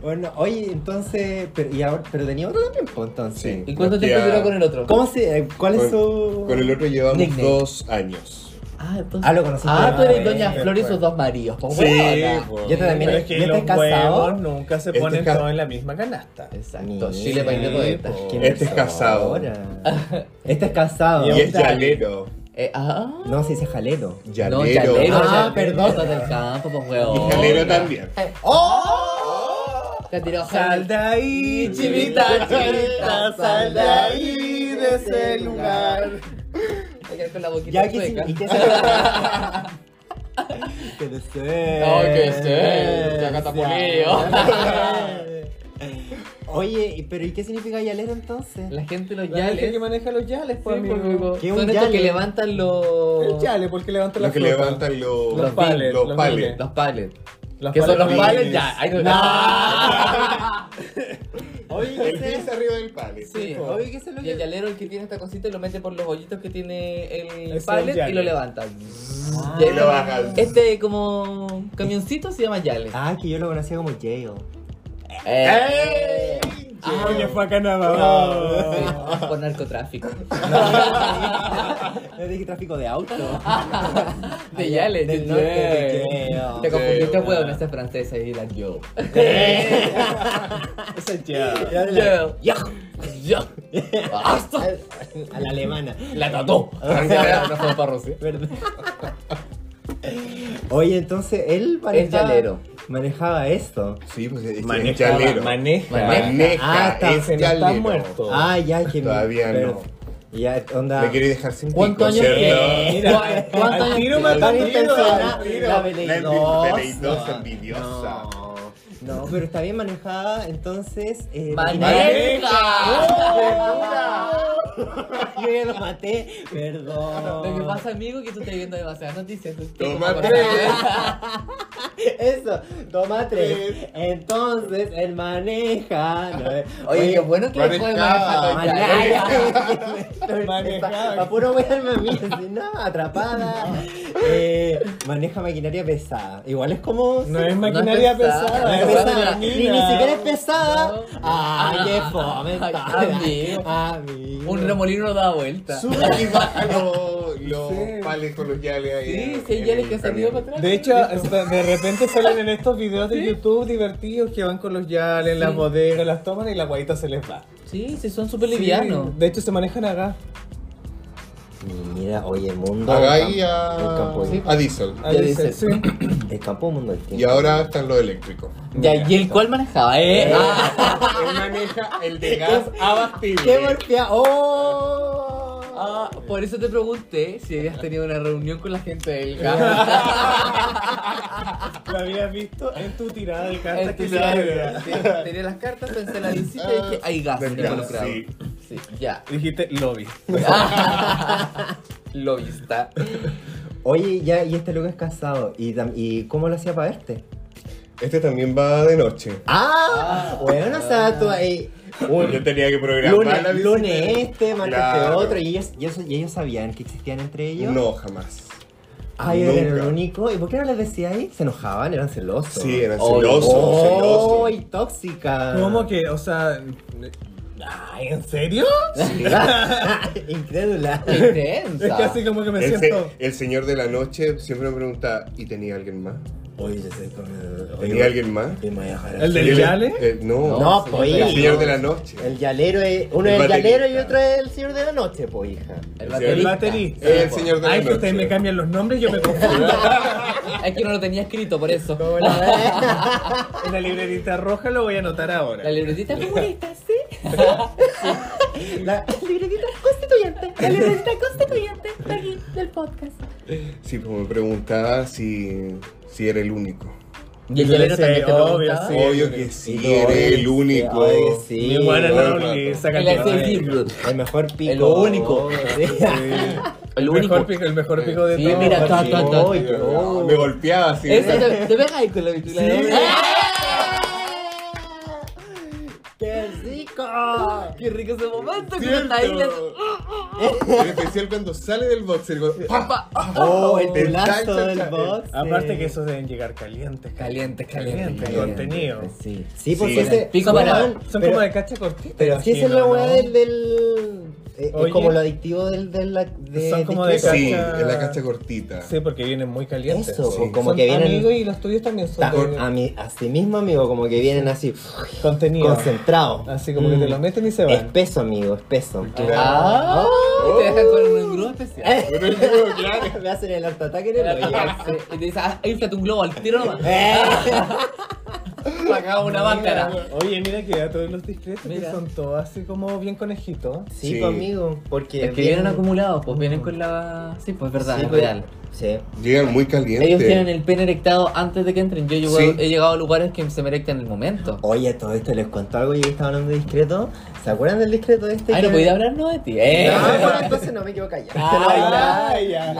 Bueno, oye, entonces, pero, y ahora, pero tenía otro también, pues, entonces.
[laughs] ¿Y cuánto tiempo
Hostia.
duró con el otro?
¿Cómo se, eh, ¿Cuál es
Con,
su...?
con el otro llevamos
nickname?
dos años.
Ah, entonces.
Ah, lo conociste.
Ah, tú eres
Ah,
Doña
bien,
Flor y
pues.
sus dos maridos. Pues, este
Sí,
huevona.
pues.
Yo también,
Pero es que
¿ya
los
estás casado?
huevos nunca se
Este
ponen
es ca-
todos en la misma canasta.
Exacto.
Mira,
Chile bailó poeta.
po.
¿quién
Este es
[laughs]
casado.
ahora? Este es casado.
Y es
Ahorita-
llanero.
Eh, ah.
No, se dice jalero.
Llanero.
No, llanero.
Ah,
llanero,
perdón.
cosas del campo, pues,
Y
huevón.
llanero también.
Te tiró
Sal de ahí,
Chivita, chivita, sal de
ahí de ese lugar.
Hay que ir con la boquita
Ya, ¿qué
chueca.
significa?
[laughs]
[laughs] que deseo.
No,
Eh,
que sé, ya catapuleo.
[laughs]
Oye, ¿y- pero ¿y qué significa yalero entonces?
La gente los
La gente
yales.
que maneja los yales,
Sí,
pues, amigo.
amigo.
¿Qué,
Son
un
estos que
yale?
levantan los.
El yale, porque levanta la
Lo que
fruta.
levantan los,
Los palets,
Los
los
palets.
Los palets.
Los
¿Qué son los
palets.
palets? Ya. Hay que...
El pie es arriba del palet.
Sí.
Oye, ¿qué es lo
[laughs] Y el
que...?
llalero el que tiene esta cosita y lo mete por los hoyitos que tiene el
Ese es
palet
el yale.
y lo levanta.
Ah,
Y
Y lo bajas.
Este como camioncito se llama yale.
Ah, que yo lo conocía como jail.
Eh.
Ah,
Ah,
Oye, fue a
sí,
Canadá.
por narcotráfico.
No dije tráfico de auto.
De yale,
Del
del
norte,
norte.
de Yale.
Te confundiste,
Yale.
weón, esa es francesa y la yo.
[laughs]
Ese es yale.
Era de la-
Yo. Yo. Hasta.
A la alemana.
La trató. No fue para Rusia.
¿Verdad? Oye, entonces él manejaba,
yalero.
manejaba esto.
Sí, pues es, es
Manejaba,
llanero.
maneja.
Maneja,
Ah, está-
es
se no está
llanero.
muerto.
Ah, ya, que
Todavía
pero- Ya, onda.
Me quiere dejar sin
¿Cuántos
pico,
años
¿cierto?
tiene? ¿Cuá- cuántos
Al
años
tiro
tiene?
matando
Tan
al tiro,
intencionada,
al
la
tiro.
veleidosa.
La veleidosa, envidiosa.
No, no, pero está bien manejada, entonces. Eh,
¡Maneja!
[laughs] Yo ya lo maté, perdón.
Lo que pasa, amigo, es que tú estás viendo demasiadas noticias. tú estás
Toma
como-
tres.
Eso, toma tres.
Tres.
Entonces, él maneja. no, eh.
Oye, qué bueno que
Manejada.
puede manejar. los
Maneja.
yales.
Maneja.
Pa- pa' puro wearme a mí, así, no, atrapada. Eh, maneja maquinaria pesada. Igual es como.
No
sí,
es maquinaria
pesada.
pesada.
no es
es
pesada,
una
pesada, ni, ni
mina.
siquiera es pesada.
No.
Ay,
Ah,
qué
ah,
fome.
ah,
está.
amigo.
Amigo.
Un remolino no da vuelta. Sí,
Sube y baja los, los
Sí.
pales con los yales ahí. en-
sí, hay
en
yales
el
que se han
camión.
ido para atrás.
De hecho, hasta de repente salen en estos videos de
Sí.
YouTube divertidos que van con los yales, las
Sí.
bodegas, las toman y la guaita se les va.
Sí, sí, son súper livianos.
Sí, de hecho, se manejan acá.
Mira, oye, el mundo.
Haga ahí
el
a,
campo- el campo-
a diésel.
Ah,
Ya
dice,
dice.
sí.
El campo mundo. del
Y ahora están los eléctricos.
Ya, ¿y el cual manejaba? Eh. Ah,
Él maneja el de
[laughs]
gas abastible.
¡Qué golpea! ¡Oh!
eh. ah, por eso te pregunté si habías tenido una reunión con la gente del gas.
Lo habías visto en tu tirada de cartas que
Entonces,
se había.
sí, Tenía las cartas, pensé en la visita y dije, hay gas
Del gas,
involucrado.
sí.
Sí, ya.
Dijiste lobby.
Lo vista.
Oye, ya, y este loco es casado. ¿Y, tam- y cómo lo hacía para verte?
Este también va de noche.
¡Ah! bueno, o sea, tú ahí.
Yo tenía que programar
Lunes,
la visita.
lunes este, martes
Claro.
este otro. ¿Y ellos, y, eso- y ellos sabían que existían entre ellos?
No, jamás.
Ay, era el
Nunca.
único. ¿Y por qué no les decía ahí? Se enojaban, eran celosos.
Sí, eran
Oh,
celosos,
¡Oh!
celosos.
¡Y tóxica!
¿Cómo que? O sea, Ay, ¿en serio?
[laughs] Incrédula.
Qué
[laughs]
intensa.
Es que así como que me
El, se-
siento.
el señor de la noche siempre me pregunta, ¿y tenía alguien más?
Oye, yo soy con-
¿Tenía
oye,
alguien más?
¿te voy a dejar
¿El
así?
del
Y él-
Yale?
eh, no,
No,
señor
pues
de la
el
noche.
señor de la noche.
El llalero es. Uno
El
es el llalero y
baterista.
otro es el señor de la noche, pues hija.
El
El
baterista. Eh,
baterista.
El señor de la
Ay, que
noche.
ustedes me cambian los nombres, yo me confundo.
Es que no lo tenía escrito, por eso.
¿Cómo la ves?
En la librerita roja lo voy a anotar ahora.
La libretita comunista,
[laughs]
sí.
La-
libretita constituyente, la libretita constituyente de aquí, del podcast.
Sí, pues me preguntaba si, si era el único.
Y el
Yo le
llanero
sé,
también te
obvio,
preguntaba.
Sí,
Obvio
el
que
único.
sí,
No,
eres
oye,
el único.
oye, sí.
Mi buena
todo el
Laura
rato.
Lee, saca
El
el tema.
aceite.
El mejor pico.
El único.
Sí.
El
El
único.
Oh, mejor pico, el mejor pico de
Sí,
todos.
mira, ta, ta, ta.
Oye, oh.
Me golpeaba así.
Eso te, te pegas ahí con la ¡Ah! ventiladora.
[laughs] ¡Qué rico!
Qué rico ese momento con
Cierto.
esta isla.
En especial cuando sale del boxer. digo, ¡pa, pa!
Ah.
¡Oh, el
El
pelazo
tacho,
del
cha-
box!
Aparte que esos deben llegar calientes.
Caliente,
Caliente,
caliente.
el contenido.
Sí, sí porque
Sí.
ese.
Pico
weón,
parado.
Son
pero-
como de cacha cortita.
Pero sí, esa es
imagino,
la weá
¿no?
del. del- eh, es
Oye.
como lo adictivo del. del la- de,
Son como de
discreto.
cacha.
Sí, en la cacha cortita.
Sí, porque vienen muy calientes.
Eso,
Sí.
como
Son
que vienen-
amigos y los tuyos también son
Ta- ah,
de-
a, mi, a sí mismo, amigo, como que vienen así.
contenido.
Concentrados.
Así como que
Mm.
te lo meten y se van.
Espeso, amigo, espeso.
[laughs]
Ah, te dejan con un grupo especial.
eh,
Pero el único, claro.
Me hacen el harto ataque en el
[laughs]
hoyo.
Sí, Y te dice, ah, inflate un globo al tiro nomás.
Eh.
Sacaba una máscara.
Oye, mira que a todos los discretos que
Mira.
son todos así como bien conejitos.
Sí,
Sí.
conmigo, porque.
Es que
bien-
vienen acumulados, pues vienen con la. Sí, pues es verdad,
Sí,
es
pues,
real.
Sí.
Llegan muy calientes.
Ellos tienen el pene erectado antes de que entren. Yo he llegado,
Sí.
he llegado a lugares que se me erectan en el momento.
Oye, a todo esto les cuento algo, ya que estaba hablando de discreto. ¿Se acuerdan del discreto este?
Ay,
que-
no Ah, podía hablar no de ti. Eh. [laughs]
No, bueno, entonces no me equivoco ya. Ah,
Ah,
Ay, ya.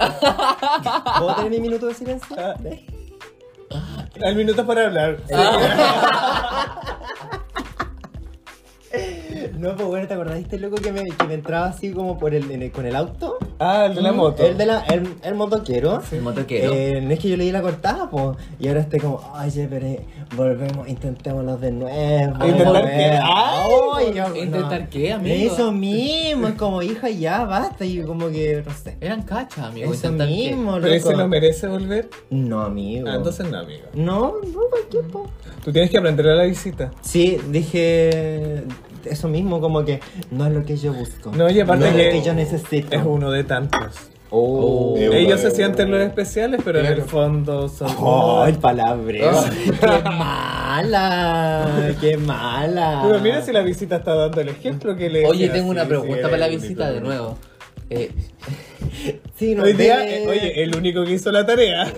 ya.
¿Puedo tener mi minuto de silencio?
Al minuto para hablar.
Ah, No, pues bueno, ¿te acordás de este loco que me, que me entraba así como por el, en el- con el auto?
Ah, el de la moto.
Mm, El de la, el, el motoquero.
El motoquero.
Eh, no es que yo le di la cortada, pues. Y ahora estoy como, oye, pero eh, volvemos, intentémonos de nuevo.
¿Intentar
volvemos".
qué? Ay,
Oye, yo-
¿intentar qué, amigo?
Eso mismo, es como, hija, ya basta. Y como que, no sé.
Eran cachas, amigo.
Eso
intentan que-
mismo,
Pero
loco.
ese no merece volver.
No, amigo.
Ah, entonces no, amigo.
No, no, ¿por qué, po?
Tú tienes que aprender a la visita.
Sí, dije eso mismo, como que no es lo que yo busco.
No, y aparte
es
que-
lo que yo necesito.
Es uno de tantos.
Oh,
Eh,
Ellos se
eh,
sienten los especiales, pero en
Claro.
el fondo son.
oh, el palabreo.
Ah.
¡Qué mala! ¡Qué mala!
Pero mira si la visita está dando el ejemplo que le.
Oye,
que
tengo
así,
una
sí,
pregunta
era
para la
el único
visita de
que-
nuevo. Eh,
Sí, nos
Hoy día,
ve-
eh, oye, el único que hizo la tarea.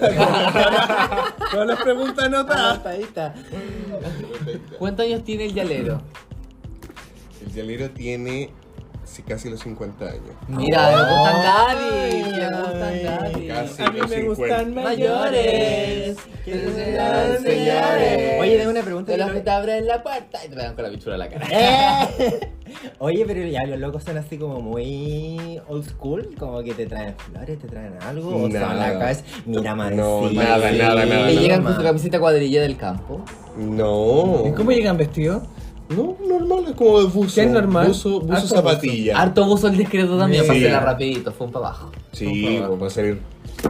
Todas las preguntas
Ah,
anotadas.
patadita.
¿Cuántos años tiene el llalero?
El llanero tiene sí, casi los 50 años.
Mira, le gustan
Ay,
daddy. Le gustan
ay,
daddy.
casi.
A mí
los
me
50.
gustan mayores.
Mayores. Que sean señores.
Oye, tengo una pregunta.
De los
que
que te abren la puerta y te pegan con la bichura a la cara.
Eh. [laughs] Oye, pero ya los locos son así como muy old school, como que te traen flores, te traen algo, o sea,
Nada.
la cabeza, mira man,
No,
sí,
nada,
sí.
nada, nada,
Y
Ah, no,
llegan
man.
con su camiseta cuadrilla del campo.
No.
¿Y cómo llegan vestidos?
No, normal, es como de buzo.
¿Qué es normal?
Buzo, buzo
Harto
zapatilla.
Harto buzo el discreto también.
Sí.
Pásela rapidito, fue un para abajo.
Sí, pues va a salir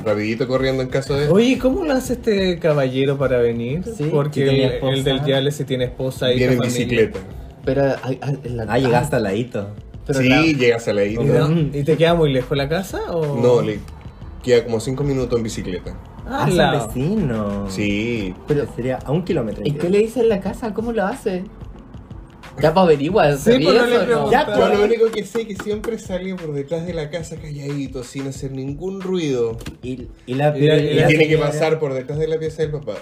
rapidito corriendo en caso de...
Oye, ¿cómo lo hace este caballero para venir?
Sí,
Porque
si tenía
el,
esposa.
el del Yale, si tiene esposa y
Viene en
familia.
bicicleta.
Pero ay, ay, en la-
Ah, llegaste al ladito.
Pero
sí,
la-
llegas a la isla.
¿No? ¿Y te queda muy lejos la casa? O...
No, le queda como 5 minutos en bicicleta.
Ah,
Ah, son
la-
vecino.
Sí.
Pero sería a un kilómetro.
¿Y qué le dice en la casa? ¿Cómo lo hace? Ya para averiguar.
Sí,
¿sabía
pues no
eso
le
o
pregunté.
Ya,
Yo lo único que sé es que siempre salía por detrás de la casa calladito, sin hacer ningún ruido.
Y, y la,
Y la-
pero-
y
Y
la
tiene que
señora-
pasar por detrás de la pieza del papá.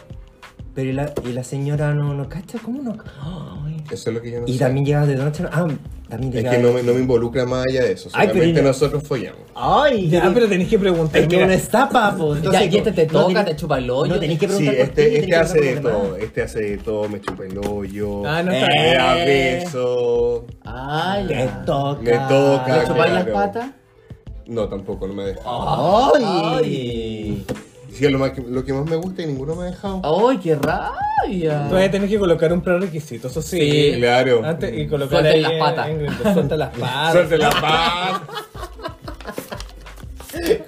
Pero y la, y la señora no, no cacha, ¿cómo no? Ay.
Eso es lo que yo no
Y
sé.
también llega de noche. Ah, también
Es
llega.
que no me, no me involucra más allá de eso.
Ay, pero
Solamente
y no-
nosotros follamos.
Ay,
Ya, pero tenés que preguntar.
Es que
mira,
uno estapa, pues.
Ya, y este te toca, te chupa el hoyo.
No tenés que
Sí,
preguntar por ti,
este,
tenés
este
que
hace de
preguntar por los
todo.
demás.
Este hace de todo. Me chupa el hoyo.
Ah, no
me
está
Eh.
da besos.
Ay,
Me
ya.
toca.
Me toca.
¿Le chupáis las
claro.
patas?
No, tampoco, no me deja.
Ay.
Sí, lo, más que, lo que más me gusta y ninguno me ha dejado.
¡Ay, qué rabia!
Tú vas a tener que colocar un prerequisito, eso sí.
Sí,
claro.
Antes, y colocar
Suelten
ahí
las
en-
patas.
en Grindr, suelta las patas.
Suerte la paz.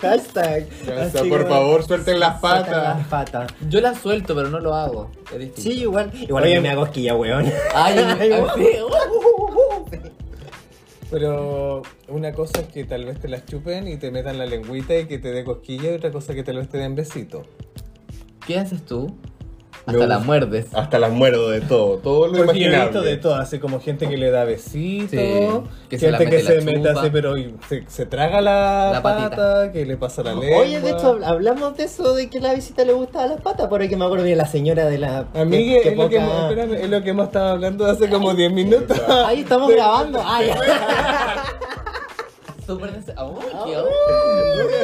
Hashtag.
Ya está,
Así
por
como-
favor, suelten las
Suelten
patas.
las patas.
Yo la suelto, pero no lo hago. Es distinto.
Sí, igual. Igual
Oye,
a mí me hago esquilla, weón.
[laughs] Ay, ay, sí, uh.
Pero una cosa es que tal vez te las chupen y te metan la lengüita y que te dé cosquilla y otra cosa que tal vez te den besito.
¿Qué haces tú?
Me
Hasta la
gusta.
muerdes.
Hasta las muerdo de todo, todo lo
Porque yo he visto
imaginable.
Pues de todo, así como gente que le da besito,
Sí, que se la
gente que
mete
se
y la
mete
chupa.
así, pero y se, se traga la,
La patita.
pata, que le pasa
[laughs]
la lengua.
Oye, de hecho, hablamos de eso, de que la visita le gustaba las patas, por ahí que me acuerdo de la señora de la...
A mí
que-
es,
que
lo que,
poca-
hemos- espérame, es lo que hemos estado hablando hace como 10 minutos. [laughs]
Ahí estamos grabando. Ay,
[laughs]
Súper des- ¡Ay, qué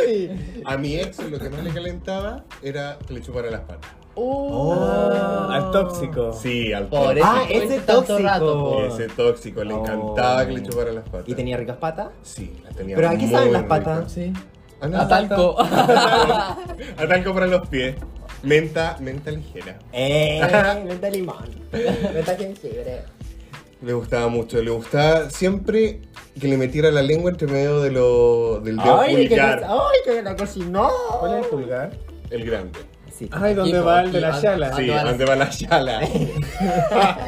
ay.
A mi ex lo que más le calentaba era que le chupara las patas.
Oh.
Ah, Al tóxico.
Sí, al
Por eso
Ah,
tóxico.
estuviste
ese
tanto
tóxico.
rato, po.
Ese tóxico, le encantaba que le chupara las patas.
¿Y tenía ricas patas?
Sí, las tenía
¿Pero a qué
muy
saben las
ricas.
patas?
Sí.
A nada.
Atalco.
Atalco para los pies. Menta, menta ligera.
Eh, venta limón. Venta jengibre.
Le gustaba mucho, le gustaba siempre que le metiera la lengua entre medio de lo, del dedo
Ay, que,
pulgar,
la- ay, que la cocinó.
¿Cuál es el pulgar?
el grande.
[laughs] Sí.
Ay, ¿dónde
Aquí,
va
aquí,
el de la
al-
chala?
Sí,
Ah, no,
donde va la chala.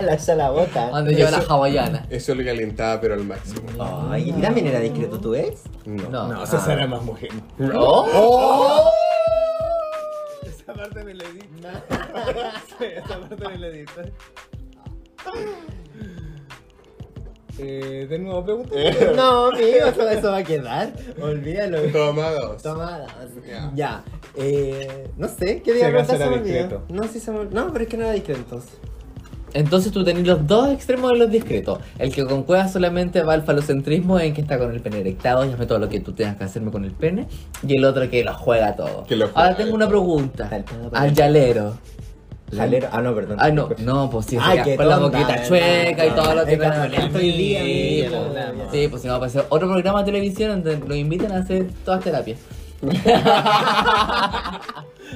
la
[laughs]
salabota.
Donde lleva la
Eso-
hawaiana.
Eso le calentaba, pero al máximo.
Ay, ¿y también era discreto tu ex?
No.
No.
No, esa será más mujer.
¡Oh!
Esa parte me la edita. [laughs] Esa parte me la edita. Eh, de nuevo, pregunta.
Eh.
No, amigo, eso, eso va a quedar. Olvídalo.
Toma dos.
Toma dos.
Ya.
Ya. Eh, no sé, ¿qué
Si
día
acaso
se
era
me olvidó?
discreto.
No, sí se me olvidó. No, pero es que no era discreto entonces.
Entonces tú tenés los dos extremos de los discretos. El que con cuevas solamente va al falocentrismo en que está con el pene erectado y hazme todo lo que tú tengas que hacerme con el pene. Y el otro que lo juega todo.
Que lo juega
Ahora tengo
todo.
una pregunta.
Está el pedo por
Al
el-
llalero.
Jalero. Ah, no, perdón.
Ay, no, no, pues sí,
Ay,
ya,
qué
con la
tonta,
boquita
¿verdad?
chueca y todo lo que
Es que
tenga
molesto
Sí,
hoy día, amigo,
pues,
ya lo hablamos.
Sí, pues si no va a aparecer otro programa de televisión donde nos invitan a hacer todas terapias.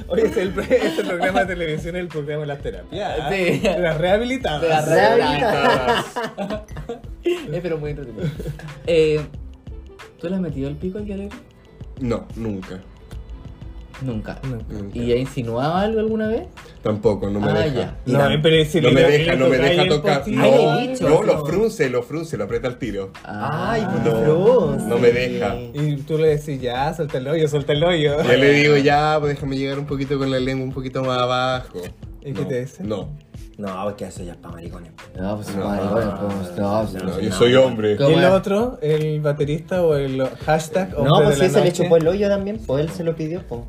Oye, es el, es el programa de televisión, el programa de las terapias.
Sí.
De las rehabilitadas.
De las
Rehabilitadas.
Eh, pero muy entretenido. Eh, ¿Tú le has metido el pico al llalero?
No, nunca.
Nunca.
Nunca.
¿Y ha insinuado algo alguna vez?
Tampoco, no me
Ah,
deja.
ya.
No, pero si
No
le-
me
le
deja, no me
tocáis
deja
el
tocar.
potito,
No,
Ay, bicho.
no, lo frunce, lo frunce, lo aprieta al tiro.
Ah,
Ay, pues.
no,
Cruz.
no me deja.
Y tú le decís, ya, suelta el hoyo, suelta el hoyo.
Yo le digo, ya, pues déjame llegar un poquito con la lengua un poquito más abajo.
¿Y
no,
qué te dice?
No,
No, porque eso ya es para maricones.
No, pues
No.
madre, bueno, pues, no, pues,
no,
no.
yo soy hombre.
¿Y el
¿Cómo es?
otro? ¿El baterista o el hashtag?
No,
hombre
pues
de
sí,
la
se le
noche?
chupó el hoyo también, pues él se lo pidió, pues.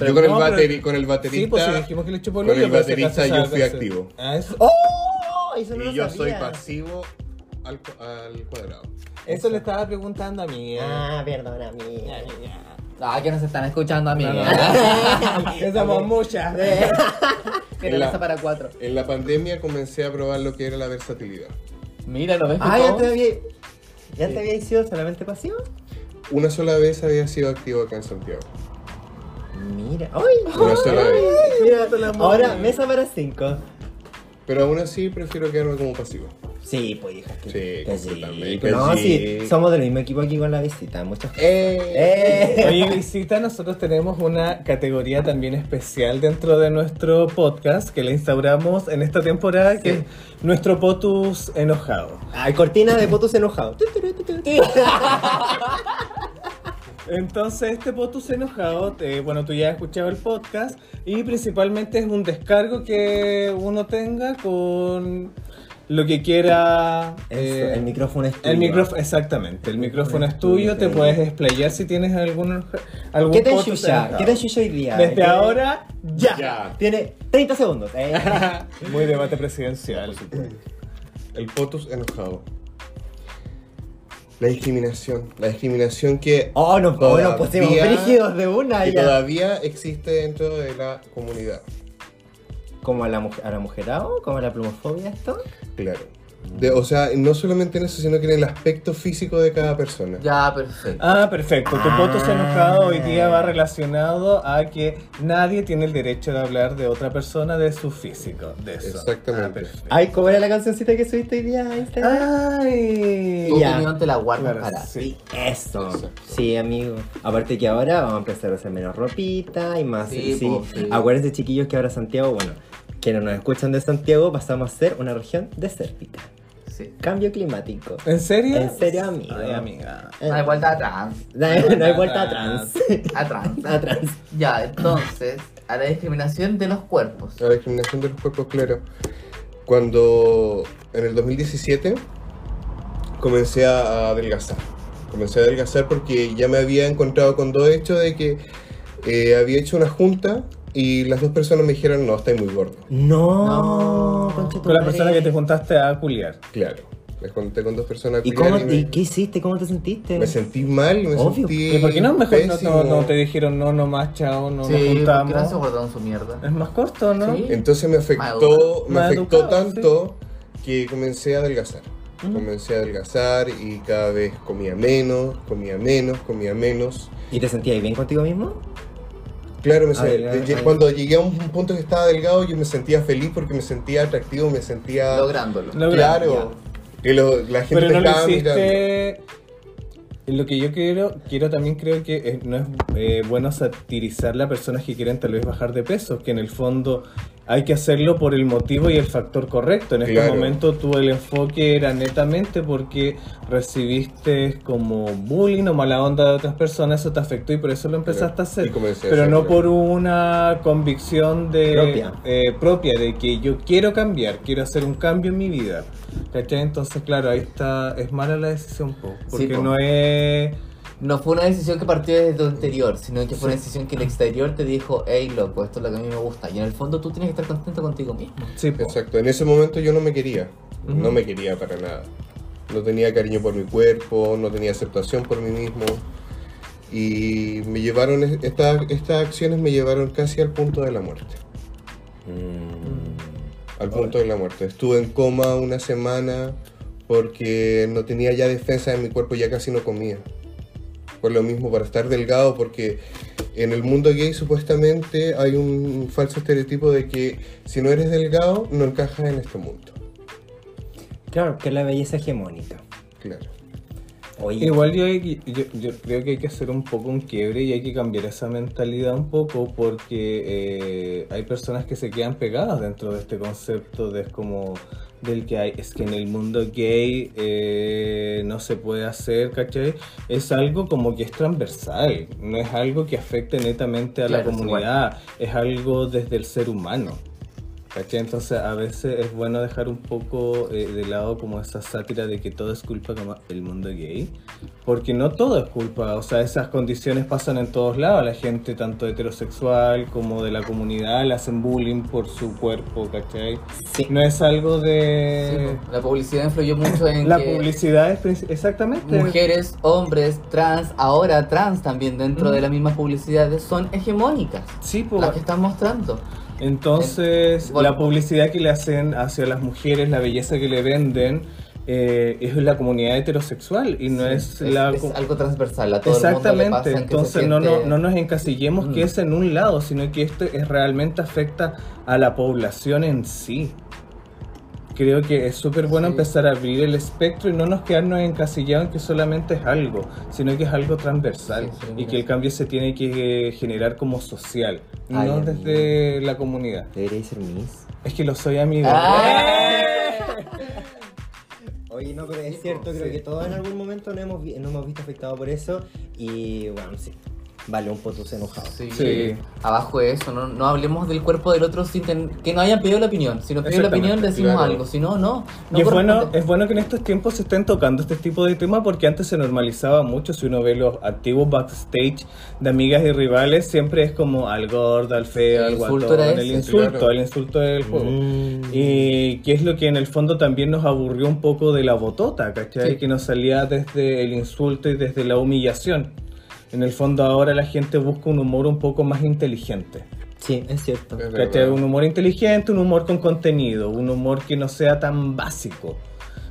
Yo con el,
no, pero-
bateri- con el baterista.
Sí, pues sí, dijimos que le chupó el
con
hoyo,
el
pero este si acaso
baterista yo
sabe
fui
hacer-
activo.
Ah, eso,
¡Oh! Eso no
Y
lo
yo soy
sabía.
pasivo al, cu- al cuadrado.
eso le estaba preguntando a mí. ah.
Ah, perdón, amigo.
Ah, que nos están escuchando a mí.
[laughs] Que somos muchas.
[laughs] Que
En la-
regresa para cuatro.
En la pandemia comencé a probar lo que era la versatilidad.
Mira, ¿lo ves?
Ah, ya
Coco?
te había. ¿Ya te había sido solamente pasivo?
Una sola vez había sido activo acá en Santiago.
Mira. ¡Ay!
Una sola
ay,
vez.
Mira, ahora mesa para cinco.
Pero aún así prefiero quedarme como pasivo.
Sí, pues hija. Que,
Sí,
que sí.
completamente, que
No,
sí.
sí. somos del mismo equipo aquí con la visita. Muchas
¡Eh!
Oye, visita, nosotros tenemos una categoría también especial dentro de nuestro podcast que la instauramos en esta temporada, que es nuestro potus enojado.
Ay, cortina de potos enojados.
Entonces, este potus enojado, eh, bueno, tú ya has escuchado el podcast y principalmente es un descargo que uno tenga con lo que quiera. eh,
el micrófono es tuyo.
El micrófono, exactamente, el micrófono es tuyo, te
Felipe.
puedes desplayar si tienes algún, algún
¿Qué te
potus
enchucha?
enojado.
¿Qué te enchucha hoy día?
Desde
¿Qué-
ahora,
Ya.
Ya.
Tiene 30 segundos. Eh.
[laughs] muy debate presidencial.
El potus enojado. La discriminación. La discriminación que.
Oh, [laughs] no, oh,
Todavía-
nos pusimos frígidos de una
que
ya.
todavía existe dentro de la comunidad.
¿Como a la, mujer, a la mujerado? ¿Como a la plumofobia esto?
Claro. De- o sea, no solamente en eso, sino que en el aspecto físico de cada persona.
Ya, perfecto.
Ah, perfecto. Tu voto se
Ah.
enojado hoy día va relacionado a que nadie tiene el derecho de hablar de otra persona de su físico. De eso.
Exactamente.
Ah, perfecto.
Ay, ¿cómo era la cancioncita que subiste hoy día a Instagram?
Ay.
Tu
ya.
opinión te la guardas
Claro,
para
sí.
ti.
Eso.
Exacto.
Sí, amigo. Aparte que ahora vamos a empezar a usar menos ropita y más.
Sí,
Sí,
po, sí.
Acuérdense, chiquillos, que ahora Santiago, bueno, quienes nos escuchan de Santiago, pasamos a ser una región desértica.
Sí.
Cambio climático.
¿En serio?
En serio, amigo.
Ay, amiga.
Eh,
No hay vuelta atrás.
No hay, [laughs] no hay vuelta atrás. [laughs]
Atrás.
atrás.
Ya, entonces, a la discriminación de los cuerpos.
La discriminación de los cuerpos, claro. Cuando en el 2017 comencé a adelgazar. Comencé a adelgazar porque ya me había encontrado con dos hechos de que eh, había hecho una junta y las dos personas me dijeron, no, estáis muy gordo.
No. concha tu
Con la
madre.
persona que te juntaste a culiar.
Claro. Me junté con dos personas.
¿Y
culiadas
cómo te-
me-
qué hiciste? ¿Cómo te sentiste?
Me sentí mal, me
Obvio.
sentí.
¿Y por qué no mejor no- no,
pésimo.
no te dijeron no, no más, chao, no nos
sí, porque no se
juntamos?
guardaron su mierda.
Es más corto, ¿no?
Sí.
Entonces me afectó,
Maleducado.
me afectó
Maleducado,
tanto que comencé a adelgazar. Comencé a adelgazar y cada vez comía menos, comía menos, comía menos.
¿Y te sentías bien contigo mismo?
Claro, me sen-
Adelgar-
lle- cuando llegué a un punto que estaba delgado, yo me sentía feliz porque me sentía atractivo, me sentía.
Lográndolo.
Lo-
Claro. Que lo- la gente
Pero no lo
estaba mirando.
hiciste. Lo que yo quiero, quiero también creo que eh, no es eh, bueno satirizar a personas que quieren tal vez bajar de peso, que en el fondo hay que hacerlo por el motivo y el factor correcto. En este
Claro.
momento tú el enfoque era netamente porque recibiste como bullying o mala onda de otras personas, eso te afectó y por eso lo empezaste a hacer.
Y comencé a
Pero no
hacerlo.
por una convicción de
Propia.
eh, propia de que yo quiero cambiar, quiero hacer un cambio en mi vida. ¿Cachai? Entonces, claro, ahí está, es mala la decisión, po, porque
po.
no es...
No fue una decisión que partió desde tu interior, sino que fue una decisión que el exterior te dijo, hey loco, esto es lo que a mí me gusta. Y en el fondo tú tienes que estar contento contigo mismo.
Sí, po.
Exacto, en ese momento yo no me quería,
Ujú.
no me quería para nada. No tenía cariño por mi cuerpo, no tenía aceptación por mí mismo. Y me llevaron, es- esta- estas acciones me llevaron casi al punto de la muerte.
Mm.
Al punto de la muerte. Estuve en coma una semana porque no tenía ya defensa de mi cuerpo, ya casi no comía. Por lo mismo, para estar delgado, porque en el mundo gay supuestamente hay un falso estereotipo de que si no eres delgado, no encajas en este mundo.
Claro, que es la belleza hegemónica.
Claro.
Oye,
Igual yo, hay- yo, yo creo que hay que hacer un poco un quiebre y hay que cambiar esa mentalidad un poco porque eh, hay personas que se quedan pegadas dentro de este concepto de es como del que hay, es que en el mundo gay eh, no se puede hacer, ¿cachai? Es algo como que es transversal, no es algo que afecte netamente a la
Claro, es igual.
comunidad, es algo desde el ser humano. ¿Cachai? Entonces a veces es bueno dejar un poco eh, de lado como esa sátira de que todo es culpa como del mundo gay, porque no todo es culpa, o sea, esas condiciones pasan en todos lados, a la gente tanto heterosexual como de la comunidad le hacen bullying por su cuerpo, ¿cachai?
Sí.
No es algo
Sí,
de...
po. la publicidad influyó mucho en
Eh. la
que
publicidad es princi- exactamente...
mujeres, hombres, trans, ahora trans también
Mm.
dentro de las mismas publicidades son hegemónicas.
Sí, po.
Las que están mostrando.
Entonces,
Bueno.
la publicidad que le hacen hacia las mujeres, la belleza que le venden, eh, es la comunidad heterosexual y no es,
Es,
la...
es
co-
algo transversal, a todo el mundo le
Exactamente,
pasa que se
entonces no, no,
siente-
no nos encasillemos que
Mm.
es en un lado, sino que esto es, realmente afecta a la población en sí. Creo que es súper bueno
Sí.
empezar a abrir el espectro y no nos quedarnos encasillados en que solamente es algo, sino que es algo transversal
Sí, sí,
y
mira.
que el cambio se tiene que eh, generar como social,
Ay,
no
amigo.
desde la comunidad.
debería ser Miss.
Es que lo soy, amigo. ¡Eh!
¡Ah!
Oye, no, pero es
Sí,
cierto,
sí.
creo que todos en algún momento nos hemos, vi- nos hemos visto afectados por eso y bueno, sí, vale un potus enojado.
Sí.
Sí.
Abajo de eso, no, no hablemos del cuerpo del otro sin ten- que no hayan pedido la opinión. Si nos piden la
Exactamente,
opinión, decimos
claro.
algo. Si no, no. no
Y es bueno,
corresponde.
es bueno que en estos tiempos se estén tocando este tipo de temas porque antes se normalizaba mucho. Si uno ve los antiguos backstage de amigas y rivales, siempre es como al gordo, al feo,
El
al
insulto
guatón,
era
el
ese.
insulto,
Claro.
el insulto del juego.
Mm.
Y que es lo que en el fondo también nos aburrió un poco de la botota, ¿cachai?
Sí.
Que nos salía desde el insulto y desde la humillación. En el fondo ahora la gente busca un humor un poco más inteligente.
Sí, es cierto.
Es
¿Cachai?
verdad.
Un humor inteligente, un humor con contenido, un humor que no sea tan básico.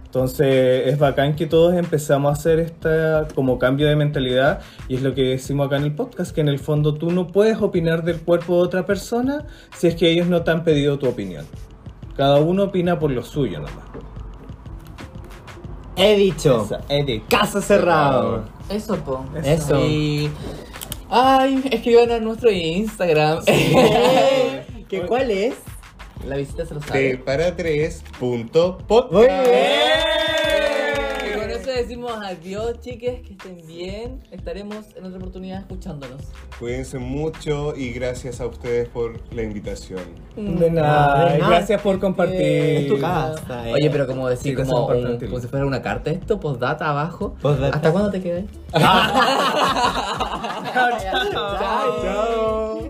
Entonces es bacán que todos empezamos a hacer esta como cambio de mentalidad y es lo que decimos acá en el podcast, que en el fondo tú no puedes opinar del cuerpo de otra persona si es que ellos no te han pedido tu opinión. Cada uno opina por lo suyo nomás.
He dicho.
Esa, Eric.
Caso cerrado.
Eso, po.
Eso.
Eso.
Y... Ay, escriban a nuestro Instagram.
[laughs] ¿Qué, ¿Cuál es?
[laughs] La visita se lo sabe.
Te para tres punto pod.
Muy
Y con eso decimos adiós, chiques, que estén bien. Estaremos en otra oportunidad escuchándonos.
Cuídense mucho y gracias a ustedes por la invitación.
De nada,
Mm. De nada.
gracias por compartir.
Eh,
Es tu casa, eh.
Oye, pero como decir,
Sí, que
como,
son
un-
importantes.
como si fuera una carta esto, postdata abajo.
Postdata.
¿Hasta cuándo te quedé?
[laughs] Chao.
Chao.
Chao.